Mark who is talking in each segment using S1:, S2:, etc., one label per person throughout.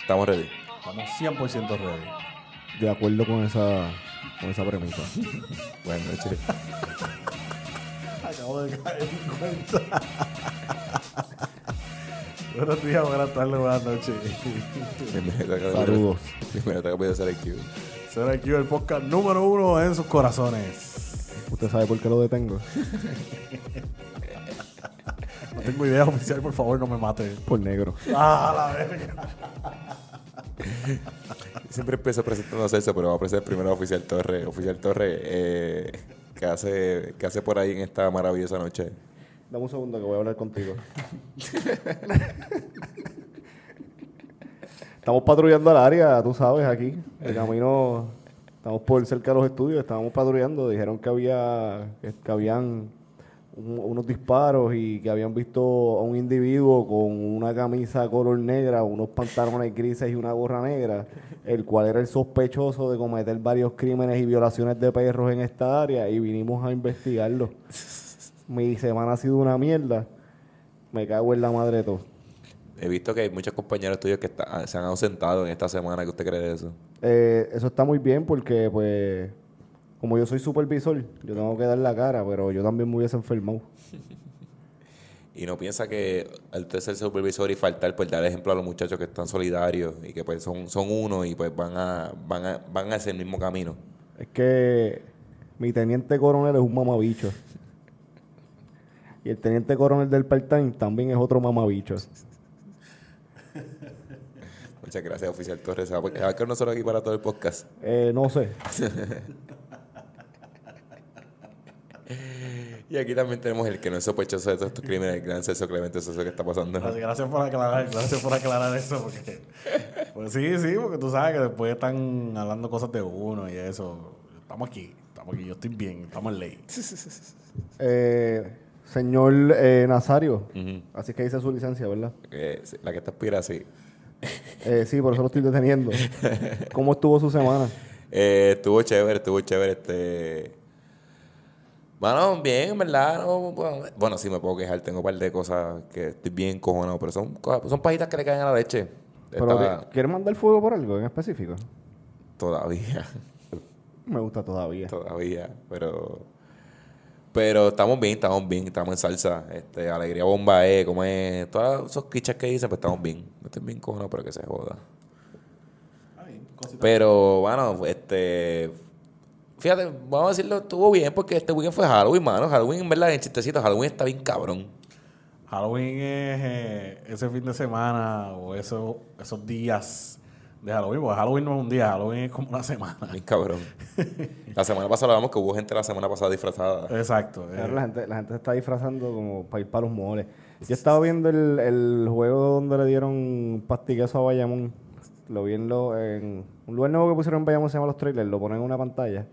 S1: Estamos ready.
S2: Estamos 100% ready.
S3: De acuerdo con esa, con esa premisa.
S1: Buenas noches.
S2: Acabo de caer en cuenta. Buenos días, buenas tardes, buenas noches.
S1: Bienvenido a
S3: Saludos.
S1: Bienvenido a Capitán Sarequiu.
S2: Será aquí el podcast número uno en sus corazones.
S3: Usted sabe por qué lo detengo.
S2: No tengo idea oficial, por favor, no me mate.
S3: Por negro.
S2: Ah, la verga.
S1: Siempre empiezo presentando a Celso, pero vamos a presentar primero a Oficial Torre. Oficial Torre, eh, ¿qué, hace, ¿qué hace por ahí en esta maravillosa noche?
S3: Dame un segundo que voy a hablar contigo. Estamos patrullando al área, tú sabes, aquí. El camino, estamos por cerca de los estudios, estábamos patrullando. Dijeron que había, que, que habían un- unos disparos y que habían visto a un individuo con una camisa color negra, unos pantalones grises y una gorra negra, el cual era el sospechoso de cometer varios crímenes y violaciones de perros en esta área y vinimos a investigarlo. Mi semana ha sido una mierda. Me cago en la madre de todo.
S1: He visto que hay muchos compañeros tuyos que está- ah, se han ausentado en esta semana. ¿Qué usted cree de eso?
S3: Eh, eso está muy bien porque, pues, como yo soy supervisor, yo tengo que dar la cara, pero yo también me hubiese enfermado.
S1: Y no piensa que al usted ser supervisor y faltar, pues dar ejemplo a los muchachos que están solidarios y que pues son, son uno y pues van a, van a, van a ese mismo camino.
S3: Es que mi teniente coronel es un mamabicho. Y el teniente coronel del part-time también es otro mamabicho.
S1: Muchas gracias, Oficial Torres. Se va a- se va a quedar nosotros aquí para todo el podcast.
S3: Eh, no sé.
S1: Y aquí también tenemos el que no es sospechoso de todos estos crímenes, el gran Celso Clemente, eso es lo que está pasando.
S2: Gracias, Pues gracias por aclarar, gracias por aclarar eso. Porque, pues sí, sí, porque tú sabes que después están hablando cosas de uno y eso. Estamos aquí, estamos aquí, yo estoy bien, estamos en ley.
S3: Eh, señor eh, Nazario,
S1: Ujú.
S3: así es que dice su licencia, ¿verdad?
S1: Eh, sí, la que está aspira, sí.
S3: Eh, sí, por eso lo estoy deteniendo. ¿Cómo estuvo su semana?
S1: Eh, estuvo chévere, estuvo chévere. Este... Bueno, bien, en verdad. no, bueno, bueno, sí me puedo quejar. Tengo un par de cosas que estoy bien cojonado, pero son, cosas- son pajitas que le caen a la leche.
S3: Pero,
S1: Estaba-
S3: ¿Quieres mandar fuego por algo en específico?
S1: Todavía,
S3: Me gusta todavía.
S1: todavía. Pero pero estamos bien, estamos bien, estamos en salsa. Este, alegría bomba, eh, como es. Todas esas quichas que dicen, pues estamos bien. No estoy bien cojonado, pero que se joda. Pero bueno, este. Fíjate, vamos a decirlo, estuvo bien porque este weekend fue Halloween, mano. Halloween, en verdad, en chistecito, Halloween está bien cabrón.
S2: Halloween es eh, ese fin de semana o eso- esos días de Halloween, porque Halloween no es un día, Halloween es como una semana.
S1: Bien cabrón. la semana pasada hablamos que hubo gente la semana pasada disfrazada.
S2: Exacto. eh.
S3: Claro, la, gente, la gente se está disfrazando como para ir para los moles. Yo estaba viendo el, el juego donde le dieron pastiqueso a Bayamón. Lo vi en, lo- en un lugar nuevo que pusieron en Bayamón, se llama Los Trailers, lo ponen en una pantalla.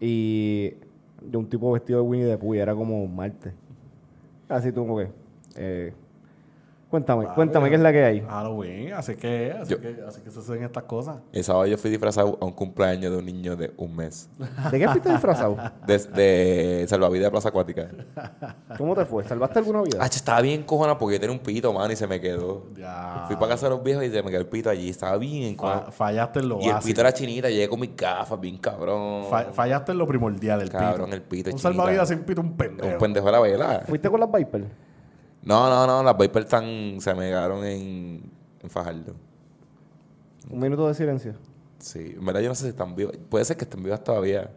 S3: Y de un tipo vestido de Winnie the Pooh, y era como Marte. Así tú como que... eh, cuéntame,
S2: Ah,
S3: cuéntame
S2: mira.
S3: qué es la que hay.
S2: Halloween, así que, así,
S1: Yo-
S2: que, así que se hacen estas cosas.
S1: El sábado yo fui disfrazado a un cumpleaños de un niño de un mes.
S3: ¿De qué fuiste disfrazado?
S1: Desde Salvavidas de Plaza Acuática.
S3: ¿Cómo te fue? ¿Salvaste alguna vida?
S1: Ah, yo estaba bien cojona porque yo tenía un pito, mano, y se me quedó.
S2: Ya.
S1: Fui para casa de los viejos y se me quedó el pito allí. Estaba bien
S2: Fa-
S1: cojona.
S2: fallaste en lo
S1: Y el
S2: básico.
S1: pito era chinita, llegué con mis gafas, bien cabrón.
S2: Fa- fallaste en lo primordial, el
S1: Cabrón,
S2: pito.
S1: el pito,
S2: Un
S1: chinita.
S2: salvavidas sin pito, un pendejo.
S1: un pendejo de la vela.
S3: ¿Fuiste con las Viper?
S1: No, no, no, las Viper están, se me quedaron en, en Fajardo.
S3: Un minuto de silencio.
S1: Sí, en verdad yo no sé si están vivas. Puede ser que estén vivas todavía.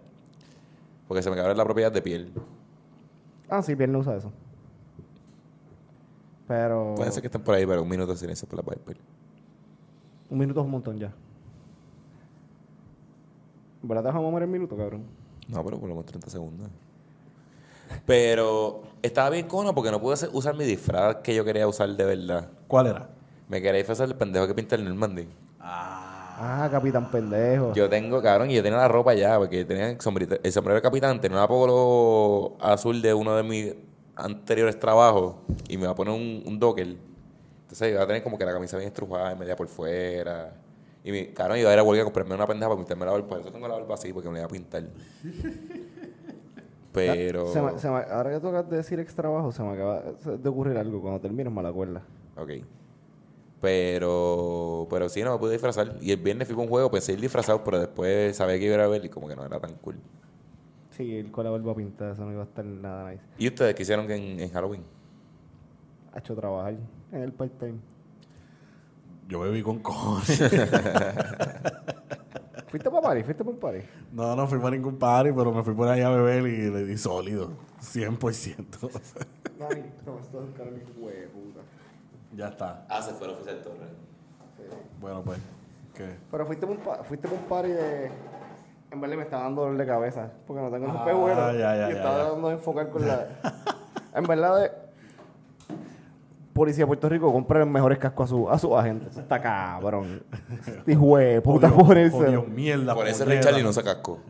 S1: Porque se me quedaron la propiedad de piel.
S3: Ah, sí, Pierre no usa eso. Pero.
S1: Puede ser que estén por ahí, pero un minuto de silencio por las Viper.
S3: Un minuto es un montón ya. ¿En ¿Verdad te vamos a morir en minuto, cabrón?
S1: No, pero por lo menos 30 segundos. Pero estaba bien cono porque no pude hacer- usar mi disfraz que yo quería usar de verdad.
S2: ¿Cuál era?
S1: Me quería disfrazar el pendejo que pinta el Normandy.
S3: Ah, capitán pendejo.
S1: Yo tengo, cabrón, y yo tenía la ropa ya, porque tenía el sombrero, el sombrero de capitán, tenía una polo azul de uno de mis anteriores trabajos y me va a poner un, un docker. Entonces iba a tener como que la camisa bien estrujada y media por fuera. Y mi, cabrón, iba a ir a Huelga a comprarme una pendeja para pintarme la barba. Por eso tengo la barba así, porque me la iba a pintar. Pero...
S3: Se me- se me- ahora que tocas de decir extrabajo, se me acaba de ocurrir algo. Cuando termines, me la acuerdas.
S1: Ok. Pero, pero sí, no me pude disfrazar. Y el viernes fui para un juego, pensé ir disfrazado, pero después sabía que iba a ir a ver y como que no era tan cool.
S3: Sí, el con la barba pintada, eso no iba a estar nada nice.
S1: ¿Y ustedes qué hicieron en, en Halloween?
S3: Ha hecho trabajar en el part-time.
S2: Yo bebí con cojones.
S3: ¿Fuiste para París? ¿Fuiste para un París?
S2: No, no fui para ningún party, pero me fui por allá a beber y le di sólido. 100%.
S3: Ay, no, esto es un caro puta.
S2: ya está.
S1: Ah, se fue el oficial Torres.
S2: Bueno, pues. ¿Qué?
S3: Pero fuiste para un, pa- fuiste para un party de... En verdad me estaba dando dolor de cabeza, porque no tengo los
S2: Ah, ya,
S3: pejuelos.
S2: ya,
S3: y
S2: ya,
S3: estaba
S2: ya.
S3: dando de enfocar con la... en verdad, de... Policía de Puerto Rico compra los mejores cascos a su, a su agente. Eso está cabrón. Este hijo de puta
S2: Odio-
S3: por eso.
S2: odio mierda.
S1: Por eso
S2: puñeta.
S1: Richard y no se cascó.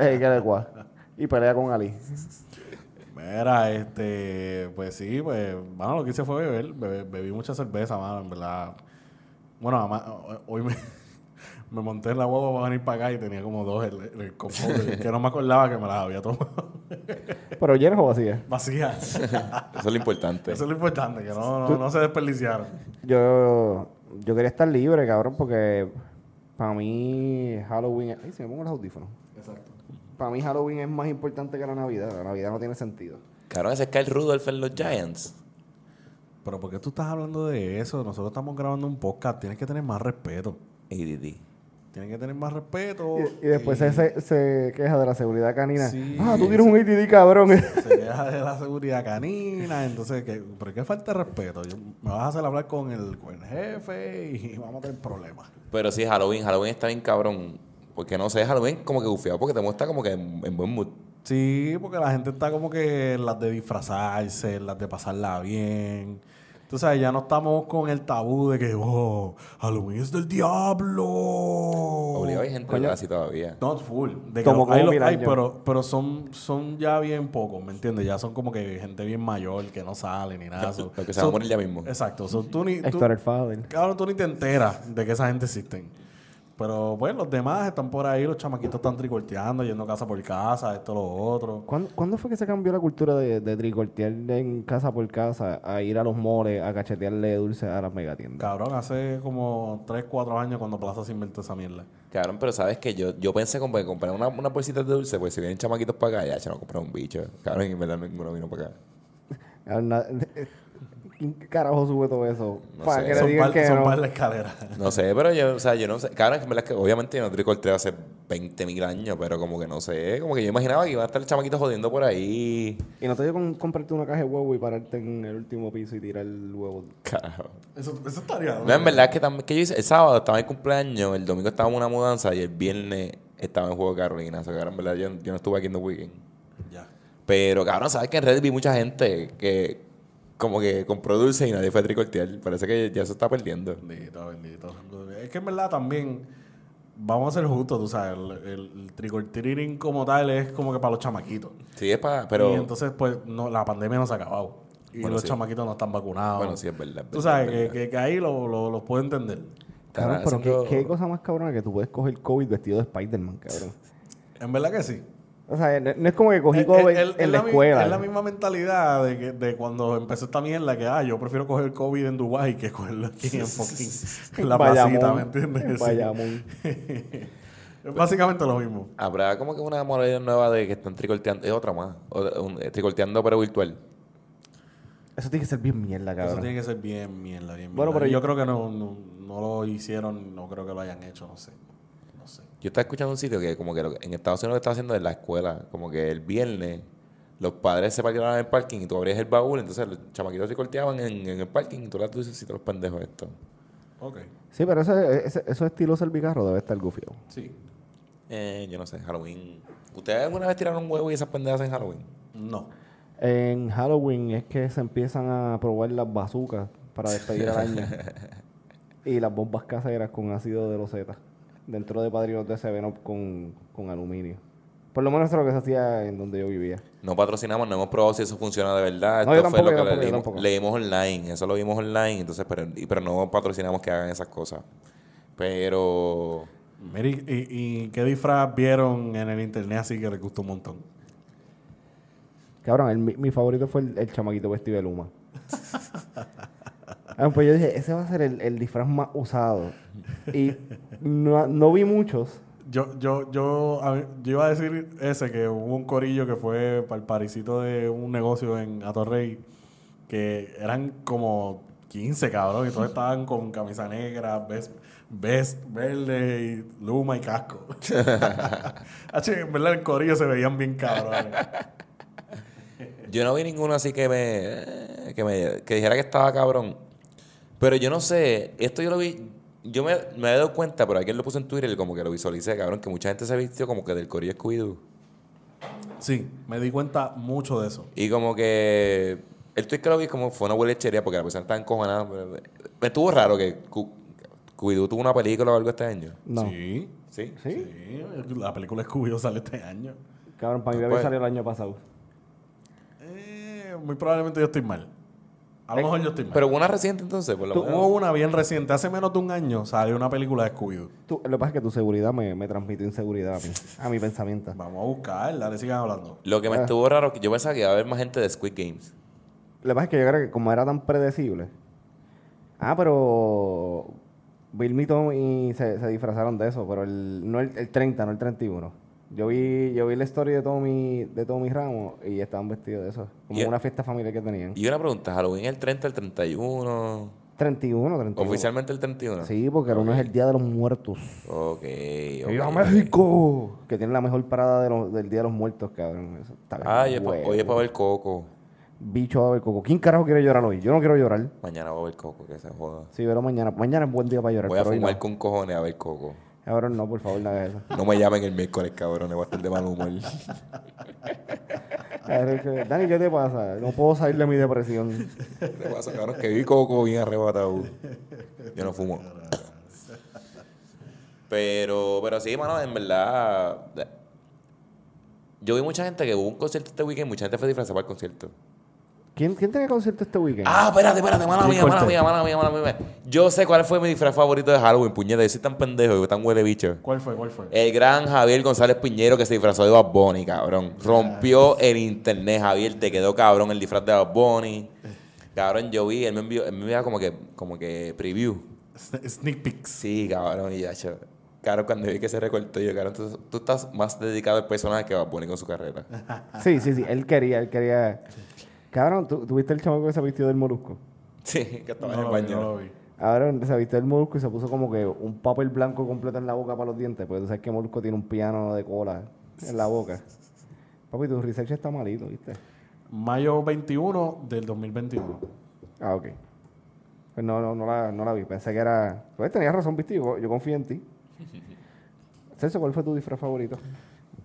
S3: Ey, qué adecuado. Y pelea con Ali.
S2: Mira, este, pues sí, pues, bueno, lo que hice fue beber, bebe- bebí mucha cerveza, mano, en verdad. Bueno, además, ho- hoy me, me monté en la guagua para venir para acá y tenía como dos en el, en el cofre, que no me acordaba que me las había tomado
S3: ¿Pero llenas o vacías?
S2: vacías.
S1: Eso es lo importante.
S2: Eso es lo importante, que no, no, no se desperdiciaron.
S3: Yo, yo quería estar libre, cabrón, porque para mí Halloween... Ay, se me pongo los audífonos.
S2: Exacto.
S3: Para mí Halloween es más importante que la Navidad. La Navidad no tiene sentido.
S1: Cabrón, ese es Kyle Rudolph en los Giants.
S2: Pero ¿por qué tú estás hablando de eso? Nosotros estamos grabando un podcast, tienes que tener más respeto.
S1: ADD.
S2: Tienes que tener más respeto.
S3: Y, y después se- Se, se queja de la seguridad canina.
S2: Sí.
S3: ah, tú tienes un ATD, cabrón.
S2: se queja de la seguridad canina, entonces, ¿qué? ¿pero qué falta de respeto? Yo- me vas a hacer hablar con el, con el jefe y vamos a tener problemas.
S1: Pero sí, Halloween. Halloween está bien cabrón. Porque no sé, Halloween como que gufiado porque te muestra como que en, en buen mood.
S2: Sí, porque la gente está como que en las de disfrazarse, en las de pasarla bien. Entonces ya no estamos con el tabú de que, oh, Halloween es del diablo. Oh,
S1: Obligado hay gente
S3: Coño.
S1: así todavía.
S2: Not full. De que
S3: Como-
S2: hay,
S3: como
S2: los- hay,
S3: Miraño.
S2: pero, pero son, son ya bien pocos, ¿me entiendes? Ya son como que gente bien mayor que no sale ni nada. So-
S1: Lo que se va a
S2: so-
S1: morir ya mismo.
S2: Exacto. So, tú ni, tú,
S3: Héctor el Fader.
S2: cabrón, tú ni te enteras de que esa gente existen. Pero bueno, los demás están por ahí, los chamaquitos están tricorteando, yendo casa por casa, esto, lo otro.
S3: ¿Cuándo, cuándo fue que se cambió la cultura de, de tricortear en casa por casa a ir a los moles a cachetearle dulce a las megatiendas?
S2: Cabrón, hace como 3, 4 años cuando Plaza se inventó esa mierda.
S1: Cabrón, pero sabes que yo, yo pensé como que comprar una, una bolsita de dulce, pues si vienen chamaquitos para acá, ya, ya no comprar un bicho. Cabrón, y en verdad ninguno vino para acá.
S3: Cabrón, na- ¿Quién carajo sube todo eso?
S1: No
S3: Para
S1: sé.
S3: que le
S2: Son
S3: digan
S2: par,
S3: que
S2: son
S3: no.
S2: par de escaleras.
S1: No sé, pero yo, o sea, yo no sé. Cabrón, en verdad es que obviamente yo no tricorteo hace 20 mil años, pero como que no sé. Como que yo imaginaba que iban a estar los chamaquitos jodiendo por ahí.
S3: Y no te digo con comprarte una caja de huevo y pararte en el último piso y tirar el huevo.
S1: Carajo.
S2: Eso, eso estaría.
S1: No, en verdad es que también que yo hice, el sábado estaba en cumpleaños, el domingo estaba en una mudanza y el viernes estaba en juego de Carolina. O sea, cabrón, en verdad yo, yo no estuve aquí en The Weekend.
S2: Ya.
S1: Pero cabrón, sabes que en Reddit vi mucha gente que como que compró dulce y nadie fue a tricortear. Parece que ya se está perdiendo.
S2: Bendito, bendito. Es que en verdad también, vamos a ser justos, tú sabes, el, el, el tricortirirín como tal es como que para los chamaquitos.
S1: Sí, es para.
S2: y
S1: Pero.
S2: entonces, pues, no, la pandemia no se ha acabado. Y
S1: Bueno,
S2: los
S1: sí.
S2: chamaquitos no están vacunados.
S1: Bueno, sí, es verdad. es
S2: Tú
S1: verdad,
S2: sabes
S1: es
S2: que,
S1: verdad.
S2: que, que ahí lo, lo, lo puedo entender.
S3: Cabrón,
S1: Estarán
S3: pero
S1: haciendo-
S3: ¿qué, qué cosa más cabrona que tú puedes coger COVID vestido de Spider-Man, cabrón.
S2: En verdad que sí.
S3: O sea, no, no es como que cogí
S2: Es-
S3: COVID
S2: es- es- es
S3: en la
S2: mi-
S3: escuela.
S2: Es la misma mentalidad de, que, de cuando empezó esta mierda que, ah, yo prefiero coger COVID en Dubái que cogerlo aquí en fucking la
S3: Bayamón,
S2: placita, ¿me entiendes?
S3: en
S2: Sí.
S3: Bayamón.
S2: Es básicamente lo mismo.
S1: Habrá como que una modalidad nueva de que están tricorteando. Es otra más. o- un- eh, tricorteando, pero virtual.
S3: Eso tiene que ser bien mierda,
S2: Eso
S3: cabrón.
S2: tiene que ser bien mierda, bien
S3: Bueno,
S2: mierda.
S3: pero
S2: yo,
S3: yo-
S2: creo que no, no, no lo hicieron, no creo que lo hayan hecho, no sé. No sé.
S1: Yo estaba escuchando un sitio que como que lo que- en Estados Unidos lo que estaba haciendo en la escuela, como que el viernes los padres se parqueaban en el parking y tú abrías el baúl, entonces los chamaquitos se corteaban en, en el parking y tú le dices, los pendejos esto.
S2: Ok,
S3: Sí, pero ese, ese, eso estilo servicarro debe estar gufiado.
S2: sí.
S1: Eh, yo no sé, Halloween. ¿Ustedes alguna vez tiraron un huevo y esas pendejas en Halloween?
S2: No.
S3: En Halloween es que se empiezan a probar las bazucas para despedir al año. y las bombas caseras con ácido de loseta. Dentro de padrinos de Seveno con, con aluminio. Por lo menos eso es lo que se hacía en donde yo vivía.
S1: No patrocinamos, no hemos probado si eso funciona de verdad.
S3: No, yo
S1: Esto fue
S3: tampoco,
S1: lo
S3: yo
S1: que
S3: tampoco, yo
S1: leímos,
S3: tampoco.
S1: leímos online, eso lo vimos online, entonces, pero, y- pero no patrocinamos que hagan esas cosas. Pero
S2: Mira, ¿y, y- y qué disfraz vieron en el internet así que les gustó un montón?
S3: Cabrón, el- mi, mi favorito fue el, el chamaquito vestido de Luma. Ah, pues yo dije, ese va a ser el, el disfraz más usado. Y no, no vi muchos.
S2: Yo, yo, yo, a ver, yo iba a decir ese, que hubo un corillo que fue para el parisito de un negocio en Atorrey, que eran como 15 cabrón, y todos estaban con camisa negra, vest, vest verde, y luma y casco. Hacho, en verdad el corillo se veían bien cabrones.
S1: Yo no vi ninguno así que me, que me que dijera que estaba cabrón. Pero yo no sé, esto yo lo vi, yo me, me he dado cuenta, pero alguien lo puso en Twitter y como que lo visualicé, cabrón, que mucha gente se vistió como que del corillo Scooby-Doo.
S2: Sí, me di cuenta mucho de eso.
S1: Y como que el tweet que lo vi como fue una huelechería porque la persona estaba encojonada. pero Me me estuvo raro que Cu- Scooby-Doo tuvo una película o algo este año.
S3: No.
S2: Sí,
S1: ¿Sí?
S3: ¿Sí?
S2: sí, la película Scooby-Doo sale este año.
S3: Cabrón, para mí había
S1: Pues-
S3: salido el año pasado.
S2: Eh, muy probablemente yo estoy mal. A
S3: Eh,
S2: lo mejor yo estoy mal.
S1: Pero hubo una reciente entonces, por lo
S3: Tú-
S2: Hubo
S1: menos.
S2: una bien reciente, hace menos de un año salió una película de Scooby-Doo.
S3: Tú- lo que pasa es que tu seguridad me, me transmite inseguridad a mí, a mi pensamiento.
S2: Vamos a buscar, dale, sigan hablando.
S1: Lo que me
S3: Ah.
S1: estuvo raro, que yo pensaba que iba a haber más gente de Squid Games.
S3: Lo que pasa es que yo creo que como era tan predecible. Ah, pero Bill y Tom y se, se disfrazaron de eso, pero el, no el, el 30, no el 31. Yo vi, yo vi la historia de Tommy, de Tommy Ramos y estaban vestidos de eso. Como
S1: Y-
S3: una fiesta familiar que tenían.
S1: Y una pregunta, ¿Halloween es el 30, el 31?
S3: 31, 31.
S1: ¿Oficialmente el 31?
S3: Sí, porque el uno es el Día de los Muertos.
S1: Ok.
S3: ¡Viva
S1: ok.
S3: México! Que tiene la mejor parada de los- del Día de los Muertos, cabrón. Eso está bien
S1: Ay, es pa-
S3: bueno.
S1: Ah, hoy es para ver Coco.
S3: Bicho a ver, Coco. ¿Quién carajo quiere llorar hoy? Yo no quiero llorar.
S1: Mañana va a ver Coco, que se joda.
S3: Sí, pero mañana. Mañana es buen día para llorar.
S1: Voy a
S3: pero hoy
S1: fumar
S3: no.
S1: con cojones a ver Coco.
S3: Cabrón, no, por favor, no hagas eso.
S1: No me llamen el miércoles, cabrones. Voy a estar de mal humor.
S3: Cabrón, que- Dani, ¿qué te pasa? No puedo salir de mi depresión.
S1: ¿Qué pasa, cabrón? Que vi Coco bien arrebatado. Yo no fumo. Pero, pero sí, mano, en verdad. Yo vi mucha gente que hubo un concierto este weekend, mucha gente fue disfrazada para el concierto.
S3: ¿Quién, ¿Quién tenía concierto este weekend?
S1: Ah, espérate, espérate, mala
S2: Sí,
S1: mía, mala
S2: corte.
S1: mía, mala mía, mala mía. Yo sé cuál fue mi disfraz favorito de Halloween, puñeta. Yo soy tan pendejo y tan huele bicho.
S2: ¿Cuál fue? ¿Cuál fue?
S1: El gran Javier González Piñero que se disfrazó de Bad Bunny, cabrón.
S2: Ah,
S1: Rompió el internet, Javier. Te quedó cabrón el disfraz de Bad Bunny. Cabrón, yo vi, él me envió, él me envió como que, como que preview.
S2: Sne- Sneak Peeks.
S1: Sí, cabrón, y ya, cho. Cabrón, cuando vi que se recortó, yo, cabrón, tú, tú estás más dedicado al personaje que a Bad Bunny con su carrera.
S3: Sí, sí, sí. Él quería, él quería. Cabrón, ¿tú, ¿tú viste el chamaco que se vistió del molusco?
S1: Sí, que estaba
S2: No
S1: en el
S2: lo vi, no lo
S1: baño.
S2: vi.
S3: Cabrón, se vistió del molusco y se puso como que un papel blanco completo en la boca para los dientes. Porque tú sabes que molusco tiene un piano de cola en la boca. Papi, tu research está malito, ¿viste?
S2: Mayo 21 del 2021.
S3: Ah, ok. Pues no, no, no, la, no la vi. Pensé que era. Pues tenías razón, viste. Yo, yo confío en ti. Celso, ¿cuál fue tu disfraz favorito?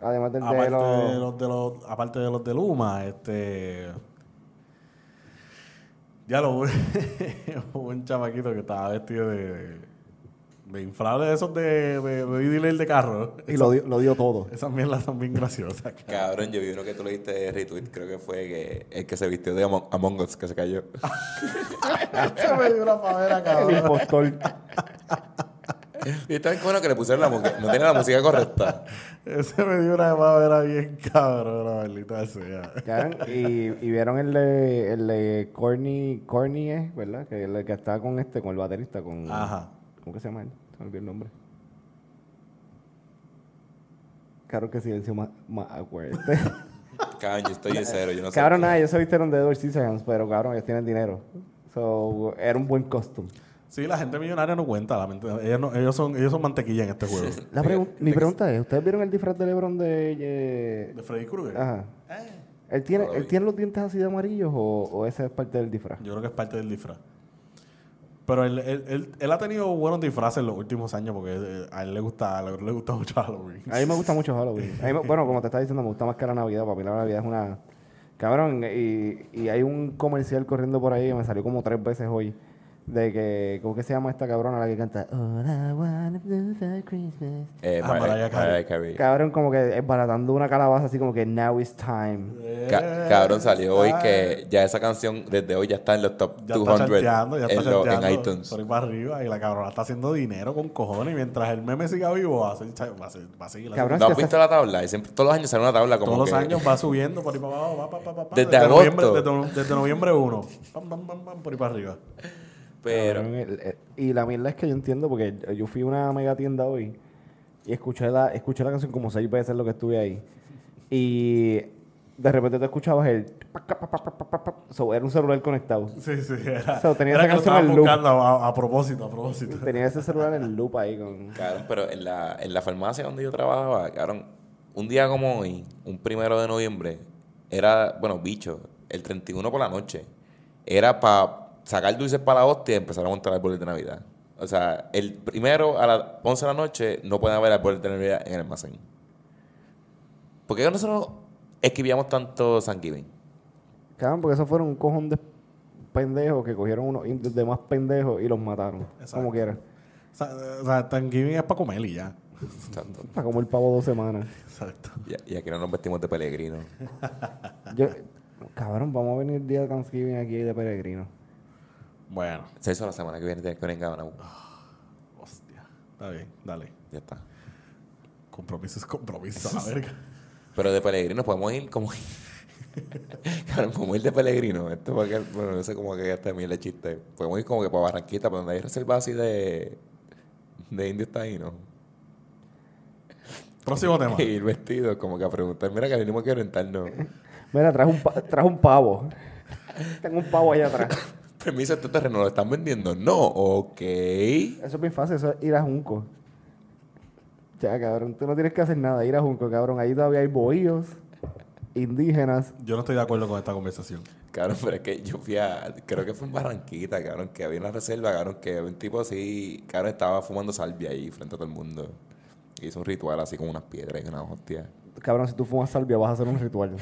S3: Además del de
S2: Aparte
S3: los.
S2: de los de los, aparte de los de Luma, este. Ya lo hubo hubo un chamaquito que estaba vestido de. de inflable de esos de. de, de dealer de carro.
S3: Y lo, dio- lo dio todo.
S2: Esas mierdas son bien graciosas.
S1: Cabrón, yo vi uno que tú le diste de retweet, creo que fue que, el que se vistió de Among, Among Us, que se cayó.
S2: Se me dio una pavera,
S3: El
S2: cabrón.
S3: impostor.
S1: y tan bueno que le pusieron la música, no tiene la música correcta.
S2: Ese me dio una pavera bien cabrón, maldita sea.
S3: Cabrón, y, y vieron el de, el de Corny, Corny es, ¿verdad? Que el que está con este, con el baterista,
S1: Mm.
S3: con.
S2: Ajá.
S3: ¿Cómo que se llama él? Se me olvidó el nombre. Claro que silencio más, más awkward.
S1: Cabrón, yo estoy en cero, yo no sé.
S3: Cabrón, nada, ellos se vistieron de Edward Scissorhands, pero cabrón, ellos tienen dinero. So, era un buen costume.
S2: Sí, la gente millonaria no cuenta. La mente- ellos, no- ellos son, ellos son mantequilla en este juego.
S3: La pregun- mi pregunta es, ¿ustedes vieron el disfraz de LeBron de... eh,
S2: ¿De Freddy Krueger?
S3: ajá. ¿Él tiene,
S1: Eh. No lo
S3: ¿Él
S1: vi.
S3: tiene los dientes así de amarillos o, o esa es parte del disfraz?
S2: Yo creo que es parte del disfraz. Pero él, él, él, él ha tenido buenos disfraces en los últimos años porque eh, a él le gusta, a él le gusta mucho Halloween.
S3: A mí me gusta mucho Halloween. A mí me- bueno, como te estaba diciendo, me gusta más que la Navidad. Para mí la Navidad es una... Cabrón, y, y hay un comercial corriendo por ahí que me salió como tres veces hoy. De que... ¿Cómo que se llama esta cabrona la que canta? All I wanna do for Christmas.
S1: Eh,
S2: Ah,
S1: Mar-
S2: Mariah Carey.
S1: Mariah Carey.
S3: Cabrón, como que embaratando una calabaza así como que now is time.
S1: Ca- cabrón, salió hoy
S2: Ay,
S1: que ya esa canción desde hoy ya está en los top
S2: Ya está
S1: 200
S2: charteando, ya está
S1: en, lo- en
S2: charteando.
S1: iTunes.
S2: Por ahí para arriba. Y la cabrona está haciendo dinero con cojones. Y mientras el meme siga vivo, va a, ser- va a, ser- va a seguir.
S3: Cabrón,
S1: ¿No
S3: es
S1: has
S3: que
S1: visto la tabla? Y siempre- todos los años sale una tabla como
S2: Todos los
S1: que-
S2: años va subiendo por ahí para abajo. va, pa, pa, pa, pa,
S1: Desde
S2: noviembre-
S1: agosto.
S2: desde, desde noviembre 1. Pam, pam, pam, pam, por ahí para arriba.
S1: Pero.
S3: Cabrón, el- el- y la mierda es que yo entiendo, porque yo fui a una mega tienda hoy y escuché la, escuché la canción como seis veces lo que estuve ahí. Y de repente te escuchabas el. pa, pa, pa, pa, pa, pa, pa. So, era un celular conectado.
S2: Sí, sí, era.
S3: O sea, tenía
S2: era
S3: esa
S2: que lo
S3: canción
S2: estaban
S3: en loop.
S2: buscando a, a propósito, a propósito.
S3: Tenía ese celular en loop ahí con.
S1: Cabrón, pero en la, en la farmacia donde yo trabajaba, cabrón, un día como hoy, un primero de noviembre, era, bueno, bicho, el 31 por la noche, era para sacar dulces para la hostia y empezar a montar árboles de Navidad. O sea, el primero a las 11 de la noche no pueden haber árboles de Navidad en el almacén. ¿Por qué nosotros escribíamos tanto Thanksgiving?
S3: Cabrón, porque esos fueron un cojón de pendejos que cogieron unos indios de más pendejos y los mataron.
S2: Exacto.
S3: Como quiera.
S2: O sea, o sea, Thanksgiving es para comer y ya.
S1: Exacto.
S3: Para comer pavo dos semanas.
S2: Exacto.
S1: Y, y aquí no nos vestimos de peregrinos.
S3: Yo, cabrón, vamos a venir el día de Thanksgiving aquí de peregrino.
S2: Bueno,
S1: Eso la semana que viene tienes que venir cabrón.
S2: hostia. Está bien, dale.
S1: Ya está.
S2: Compromiso es compromiso, a la verga.
S1: Pero de peregrinos podemos ir como. claro, como ir de peregrino. Esto para que. Bueno, no sé cómo que hasta mí el chiste. Podemos ir como que para Barranquita, para donde hay reservas así de. de indios taínos.
S2: Próximo tema.
S1: Y ir vestidos como que a preguntar. Mira que venimos aquí a orientarnos.
S3: Mira, traje un, pa- traje un pavo. Tengo un pavo allá atrás.
S1: Permiso, este terreno lo están vendiendo. No, ok.
S3: Eso es bien fácil, eso es ir a Junco. Ya, cabrón, tú no tienes que hacer nada, ir a Junco, cabrón. Ahí todavía hay bohíos, indígenas.
S2: Yo no estoy de acuerdo con esta conversación.
S1: Cabrón, pero es que yo fui a. Creo que fue en Barranquita, cabrón, que había una reserva, cabrón, que había un tipo así. Cabrón, estaba fumando salvia ahí frente a todo el mundo. Hizo un ritual así con unas piedras y unas hostias.
S3: Cabrón, si tú fumas salvia vas a hacer un ritual.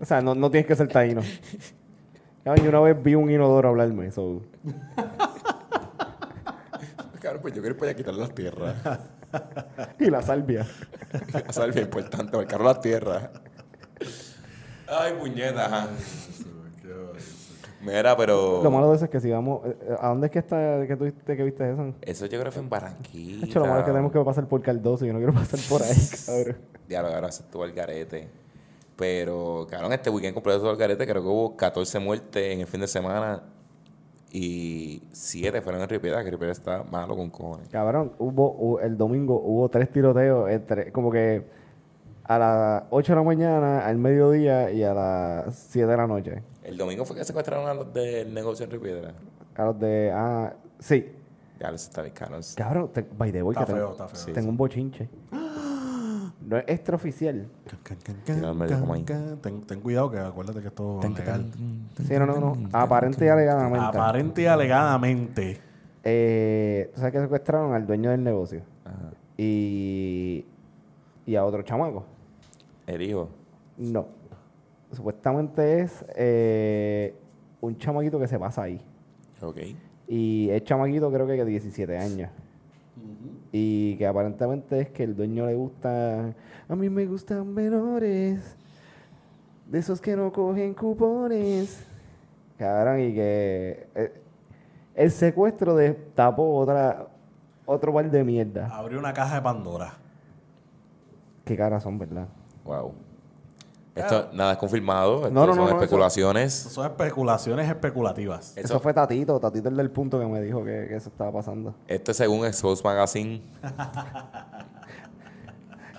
S3: O sea, no, no tienes que ser taíno. Cabrón, yo una vez vi un inodoro hablarme. eso
S1: Cabrón, pues yo quiero ir para allá a quitar las tierras.
S3: y la salvia.
S1: Eso es bien importante, marcar la tierra. Ay, puñeta. ajá. Mira, pero.
S3: Lo malo de eso es que sigamos... eh, eh, ¿A dónde es que está que tú viste- que viste eso?
S1: Eso yo creo que fue en
S3: De
S1: Barranquilla.
S3: hecho, lo malo es que tenemos que pasar por Cardoso. Yo no quiero pasar por ahí, cabrón.
S1: Diablo, ahora se estuvo al garete. Pero, cabrón, este weekend completo estuvo al garete. Creo que hubo 14 muertes en el fin de semana. Y 7 fueron en Río Piedras, que Río Piedras está malo con cojones.
S3: Cabrón, hubo hu- el domingo hubo tres tiroteos entre como que a las 8 de la mañana, al mediodía y a las 7 de la noche.
S1: El domingo fue que secuestraron a los del negocio en Río Piedras.
S3: A los de ah, sí.
S1: Ya les está bien, cabrón.
S3: Cabrón, te- by the way,
S2: Está
S3: que tengo,
S2: feo, está feo.
S3: tengo un bochinche. No es extraoficial.
S2: Can, can, can,
S1: Tira al medio
S2: can,
S1: como ahí.
S2: can. Ten, ten cuidado que acuérdate que esto es legal.
S3: Sí, no, no, no. Aparente y alegadamente.
S2: Aparente y alegadamente.
S3: Eh, ¿Tú sabes que secuestraron al dueño del negocio?
S1: Ajá.
S3: Y, y a otro chamaco.
S1: El hijo.
S3: No. Supuestamente es eh, un chamaquito que se pasa ahí.
S1: Ok.
S3: Y es chamaquito, creo que de 17 años. Y que aparentemente es que el dueño le gusta. A mí me gustan menores. De esos que no cogen cupones. Cabrón, y que. eh, el secuestro de tapó otra. Otro par de mierda.
S2: Abrió una caja de Pandora.
S3: Qué caras son, ¿verdad?
S1: Wow. Esto nada es confirmado, esto
S3: No, no,
S1: son
S3: no, no,
S1: especulaciones.
S2: Son especulaciones especulativas.
S1: Eso-
S3: Eso, fue Tatito. Tatito es del punto que me dijo que, que eso estaba pasando.
S1: Esto es Este, según Expose Magazine.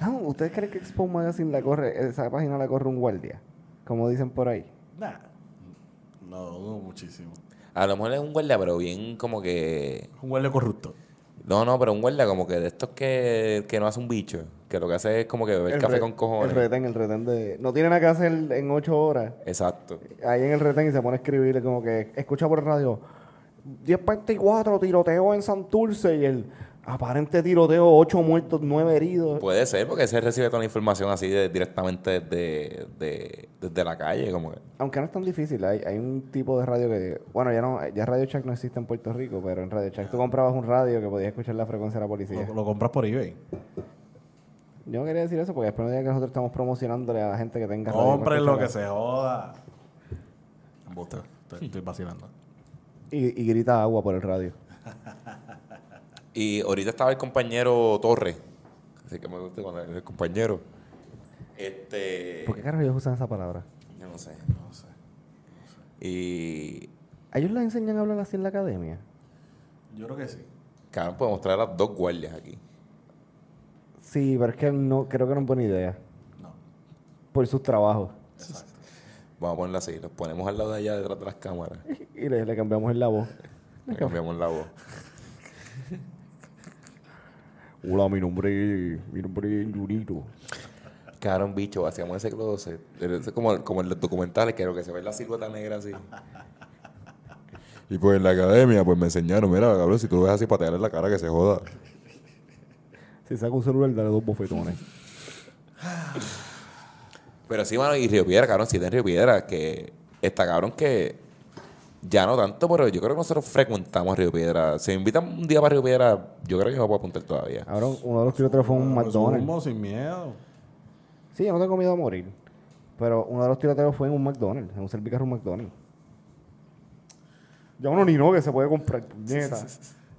S3: Ah, ¿Ustedes creen que Expo Magazine la corre? Esa página la corre un guardia. Como dicen por ahí.
S2: Nah. No, dudo muchísimo.
S1: A lo mejor es un guardia, pero bien como que.
S2: Un huele corrupto.
S1: No, no, pero un guardia como que de estos que, que no hace un bicho. Que lo que hace es como que beber café
S3: re-
S1: con cojones.
S3: El retén, el retén de. No tiene nada que hacer en ocho horas.
S1: Exacto.
S3: Ahí en el retén y se pone a escribir como que escucha por el radio. 10.24, tiroteo en Santurce y el aparente tiroteo, ocho muertos, nueve heridos.
S1: Puede ser, porque se recibe toda la información así de- directamente desde, de- desde la calle. Como que.
S3: Aunque no es tan difícil, hay, hay un tipo de radio que. Bueno, ya no, ya Radio Shack no existe en Puerto Rico, pero en Radio Shack tú comprabas un radio que podías escuchar la frecuencia de la policía.
S2: Lo, lo compras por eBay.
S3: Yo no quería decir eso porque después no digan que nosotros estamos promocionándole a la gente que tenga radio.
S2: Compren lo que
S3: sea.
S2: se joda. Embuste. Estoy, estoy vacilando.
S3: Y, y grita agua por el radio.
S1: Y ahorita estaba el compañero Torres. Así que me gusta cuando el compañero. Este.
S3: ¿Por qué carajo ellos usan esa palabra?
S1: Yo no sé.
S2: No sé.
S1: Y
S3: ¿A ellos les enseñan a hablar así en la academia?
S2: Yo creo que sí.
S1: Cabrón, podemos traer a las dos guardias aquí.
S3: Sí, pero es que no, creo que no es buena idea.
S2: No.
S3: Por sus trabajos.
S2: Exacto.
S1: Vamos a ponerla así. Los ponemos al lado de allá detrás de las cámaras.
S3: Y le, le cambiamos el la voz.
S1: Le cambiamos la voz.
S3: Hola, mi nombre es, mi nombre es Junito.
S1: Cabrón, bicho, hacíamos ese closet. Pero eso es como, como en los documentales, que lo que se ve es la silueta negra así. Y pues en la academia, pues me enseñaron, mira, cabrón, si tú ves así patear en la cara que se joda.
S3: Si saca un celular, dale dos bofetones.
S1: Pero sí, mano, y Río Piedra, cabrón, si está en Río Piedra, que está cabrón que ya no tanto, pero yo creo que nosotros frecuentamos Río Piedra. Si me invitan un día para Río Piedra, yo creo que me voy a apuntar todavía.
S3: Cabrón, uno de los tiroteos fue un
S2: Pues
S3: McDonald's.
S2: zumbo sin miedo.
S3: Sí, yo no tengo miedo a morir. Pero uno de los tiroteos fue en un McDonald's, en un servicarro McDonald's. Ya uno ni no que se puede comprar. puñeta.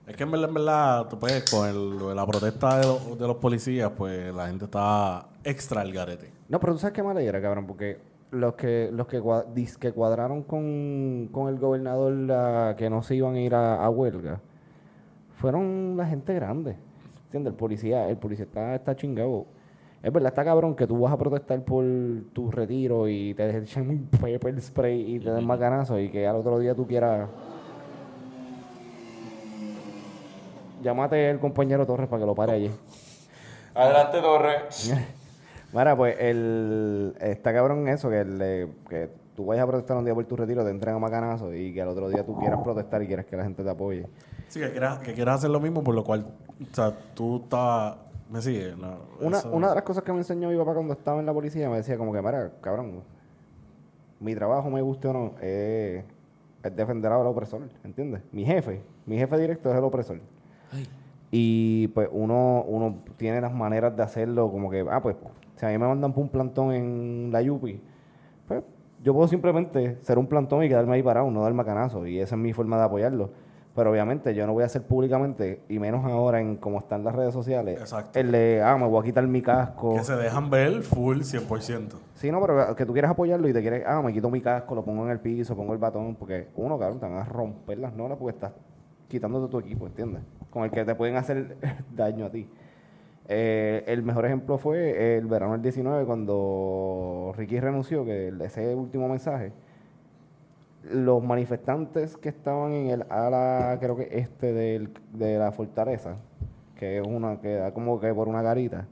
S2: Es que en verdad, en verdad, tú, pues, con el- lo de la protesta de, los- de los policías, pues la gente está extra al garete.
S3: No, pero tú sabes qué me alegra, cabrón, porque los que los que cua- dizque cuadraron con, con el gobernador la- que no se iban a ir a, a huelga fueron la gente grande. ¿Entiendes? El policía, el policía está, está chingado. Es verdad, está cabrón que tú vas a protestar por tu retiro y te echan un pepper spray y te den macanazo y que al otro día tú quieras. Llámate el compañero Torres para que lo pare allí.
S1: Adelante, Torres.
S3: Mira, pues el, está cabrón eso, que, el, eh, que tú vayas a protestar un día por tu retiro, te entren a macanazo y que al otro día tú quieras protestar y quieras que la gente te apoye.
S2: Sí, que quieras, que quieras hacer lo mismo, por lo cual, o sea, tú estás. ¿Me sigues? No,
S3: Una,
S2: eso-
S3: una de las cosas que me enseñó mi papá cuando estaba en la policía me decía como que, mira, cabrón, mi trabajo, me guste o no, eh, es defender al opresor, ¿entiendes? Mi jefe, mi jefe directo es el opresor. Y pues uno, uno tiene las maneras de hacerlo como que, ah, pues, si a mí me mandan por un plantón en la Yupi, pues yo puedo simplemente ser un plantón y quedarme ahí parado, no dar macanazo. Y esa es mi forma de apoyarlo. Pero obviamente yo no voy a hacer públicamente, y menos ahora en cómo están las redes sociales,
S2: Exacto.
S3: el de, ah, me voy a quitar mi casco.
S2: Que se dejan ver full 100%.
S3: Sí, no, pero que tú quieras apoyarlo y te quieres, ah, me quito mi casco, lo pongo en el piso, pongo el batón, porque uno, cabrón, te van a romper las nolas porque estás quitándote tu equipo, ¿entiendes? Con el que te pueden hacer daño a ti. Eh, el mejor ejemplo fue el verano del 19, cuando Ricky renunció, que el- ese último mensaje, los manifestantes que estaban en el ala, creo que este del- de la fortaleza, que es una que da como que por una garita,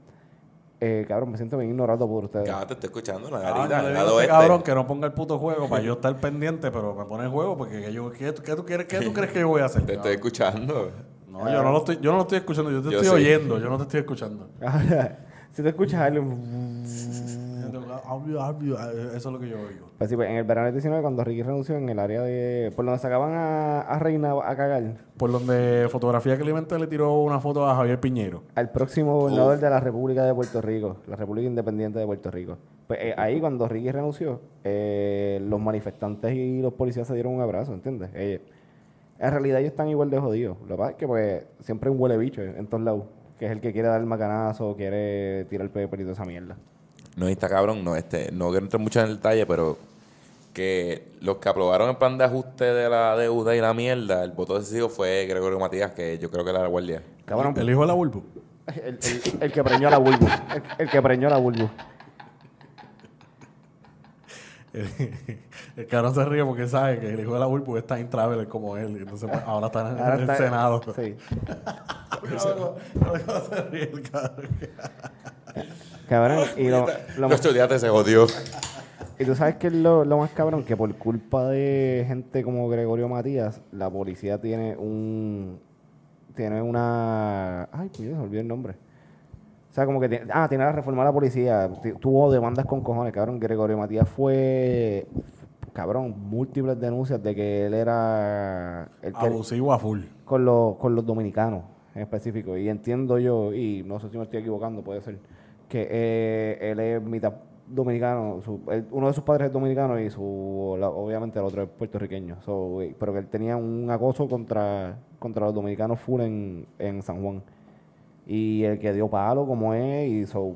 S3: eh, cabrón, me siento bien ignorado por ustedes.
S1: Cabrón, te estoy escuchando en la
S2: Ah,
S1: garita,
S2: yo
S1: al
S2: le digo a
S1: lado
S2: este
S1: este.
S2: cabrón que no ponga el puto juego para yo estar pendiente, pero me pone el juego porque que yo, ¿qué, tú- qué tú, quieres, qué tú crees que yo voy a hacer?
S1: Te estoy escuchando.
S2: No, yo no, lo estoy, yo no lo estoy escuchando, yo te
S1: Yo
S2: estoy
S1: sí.
S2: oyendo, yo no te estoy escuchando.
S3: si tú escuchas algo. Mm.
S2: ah, eh, Eso es lo que yo oigo.
S3: Pues sí, pues, en el verano del 19, cuando Ricky renunció en el área de. Por donde sacaban a, a Reina a cagar,
S2: Por donde Fotografía Clemente le tiró una foto a Javier Piñero.
S3: al próximo gobernador de la República de Puerto Rico, la República Independiente de Puerto Rico. Pues eh, ahí, cuando Ricky renunció, eh, los manifestantes y los policías se dieron un abrazo, ¿entiendes? Eh, en realidad, ellos están igual de jodidos. Lo que pasa es que, pues, siempre hay un huele bicho en todos lados, que es el que quiere dar el macanazo, quiere tirar el pepe y toda esa mierda.
S1: No, y está cabrón, no, este, no quiero entrar mucho en el detalle, pero que los que aprobaron el plan de ajuste de la deuda y la mierda, el voto decisivo fue Gregorio Matías, que yo creo que era la guardia.
S3: Cabrón,
S2: El hijo de la Bulbu.
S3: El, el- el que preñó a la Bulbu. El, el que preñó a la Bulbu.
S2: El cabrón se ríe porque sabe que el hijo de la Bulbu es tan intraveler como él. y Entonces pues, ahora está en
S3: Ahora
S2: el
S3: está-
S2: Senado.
S3: Sí.
S2: Ahora cómo se ríe el cabrón.
S3: Cabrón, y lo, lo
S1: Los
S3: más-
S1: estudiantes se jodió.
S3: y tú sabes que es lo, lo más cabrón, que por culpa de gente como Gregorio Matías, la policía tiene un. Tiene una. Ay, coño, se me olvidó el nombre. O sea, como que. tiene- ah, tiene la reforma de la policía. Tu- Tuvo demandas con cojones, cabrón. Gregorio Matías fue. Cabrón, múltiples denuncias de que él era. el que-
S2: Abusivo a full.
S3: con, los con los dominicanos en específico. Y entiendo yo, y no sé si me estoy equivocando, puede ser, que eh, él es mitad dominicano, su- él- uno de sus padres es dominicano y su la- obviamente el otro es puertorriqueño. So, eh, pero que él tenía un acoso contra, contra los dominicanos full en, en San Juan. Y el que dio palo como es, y so,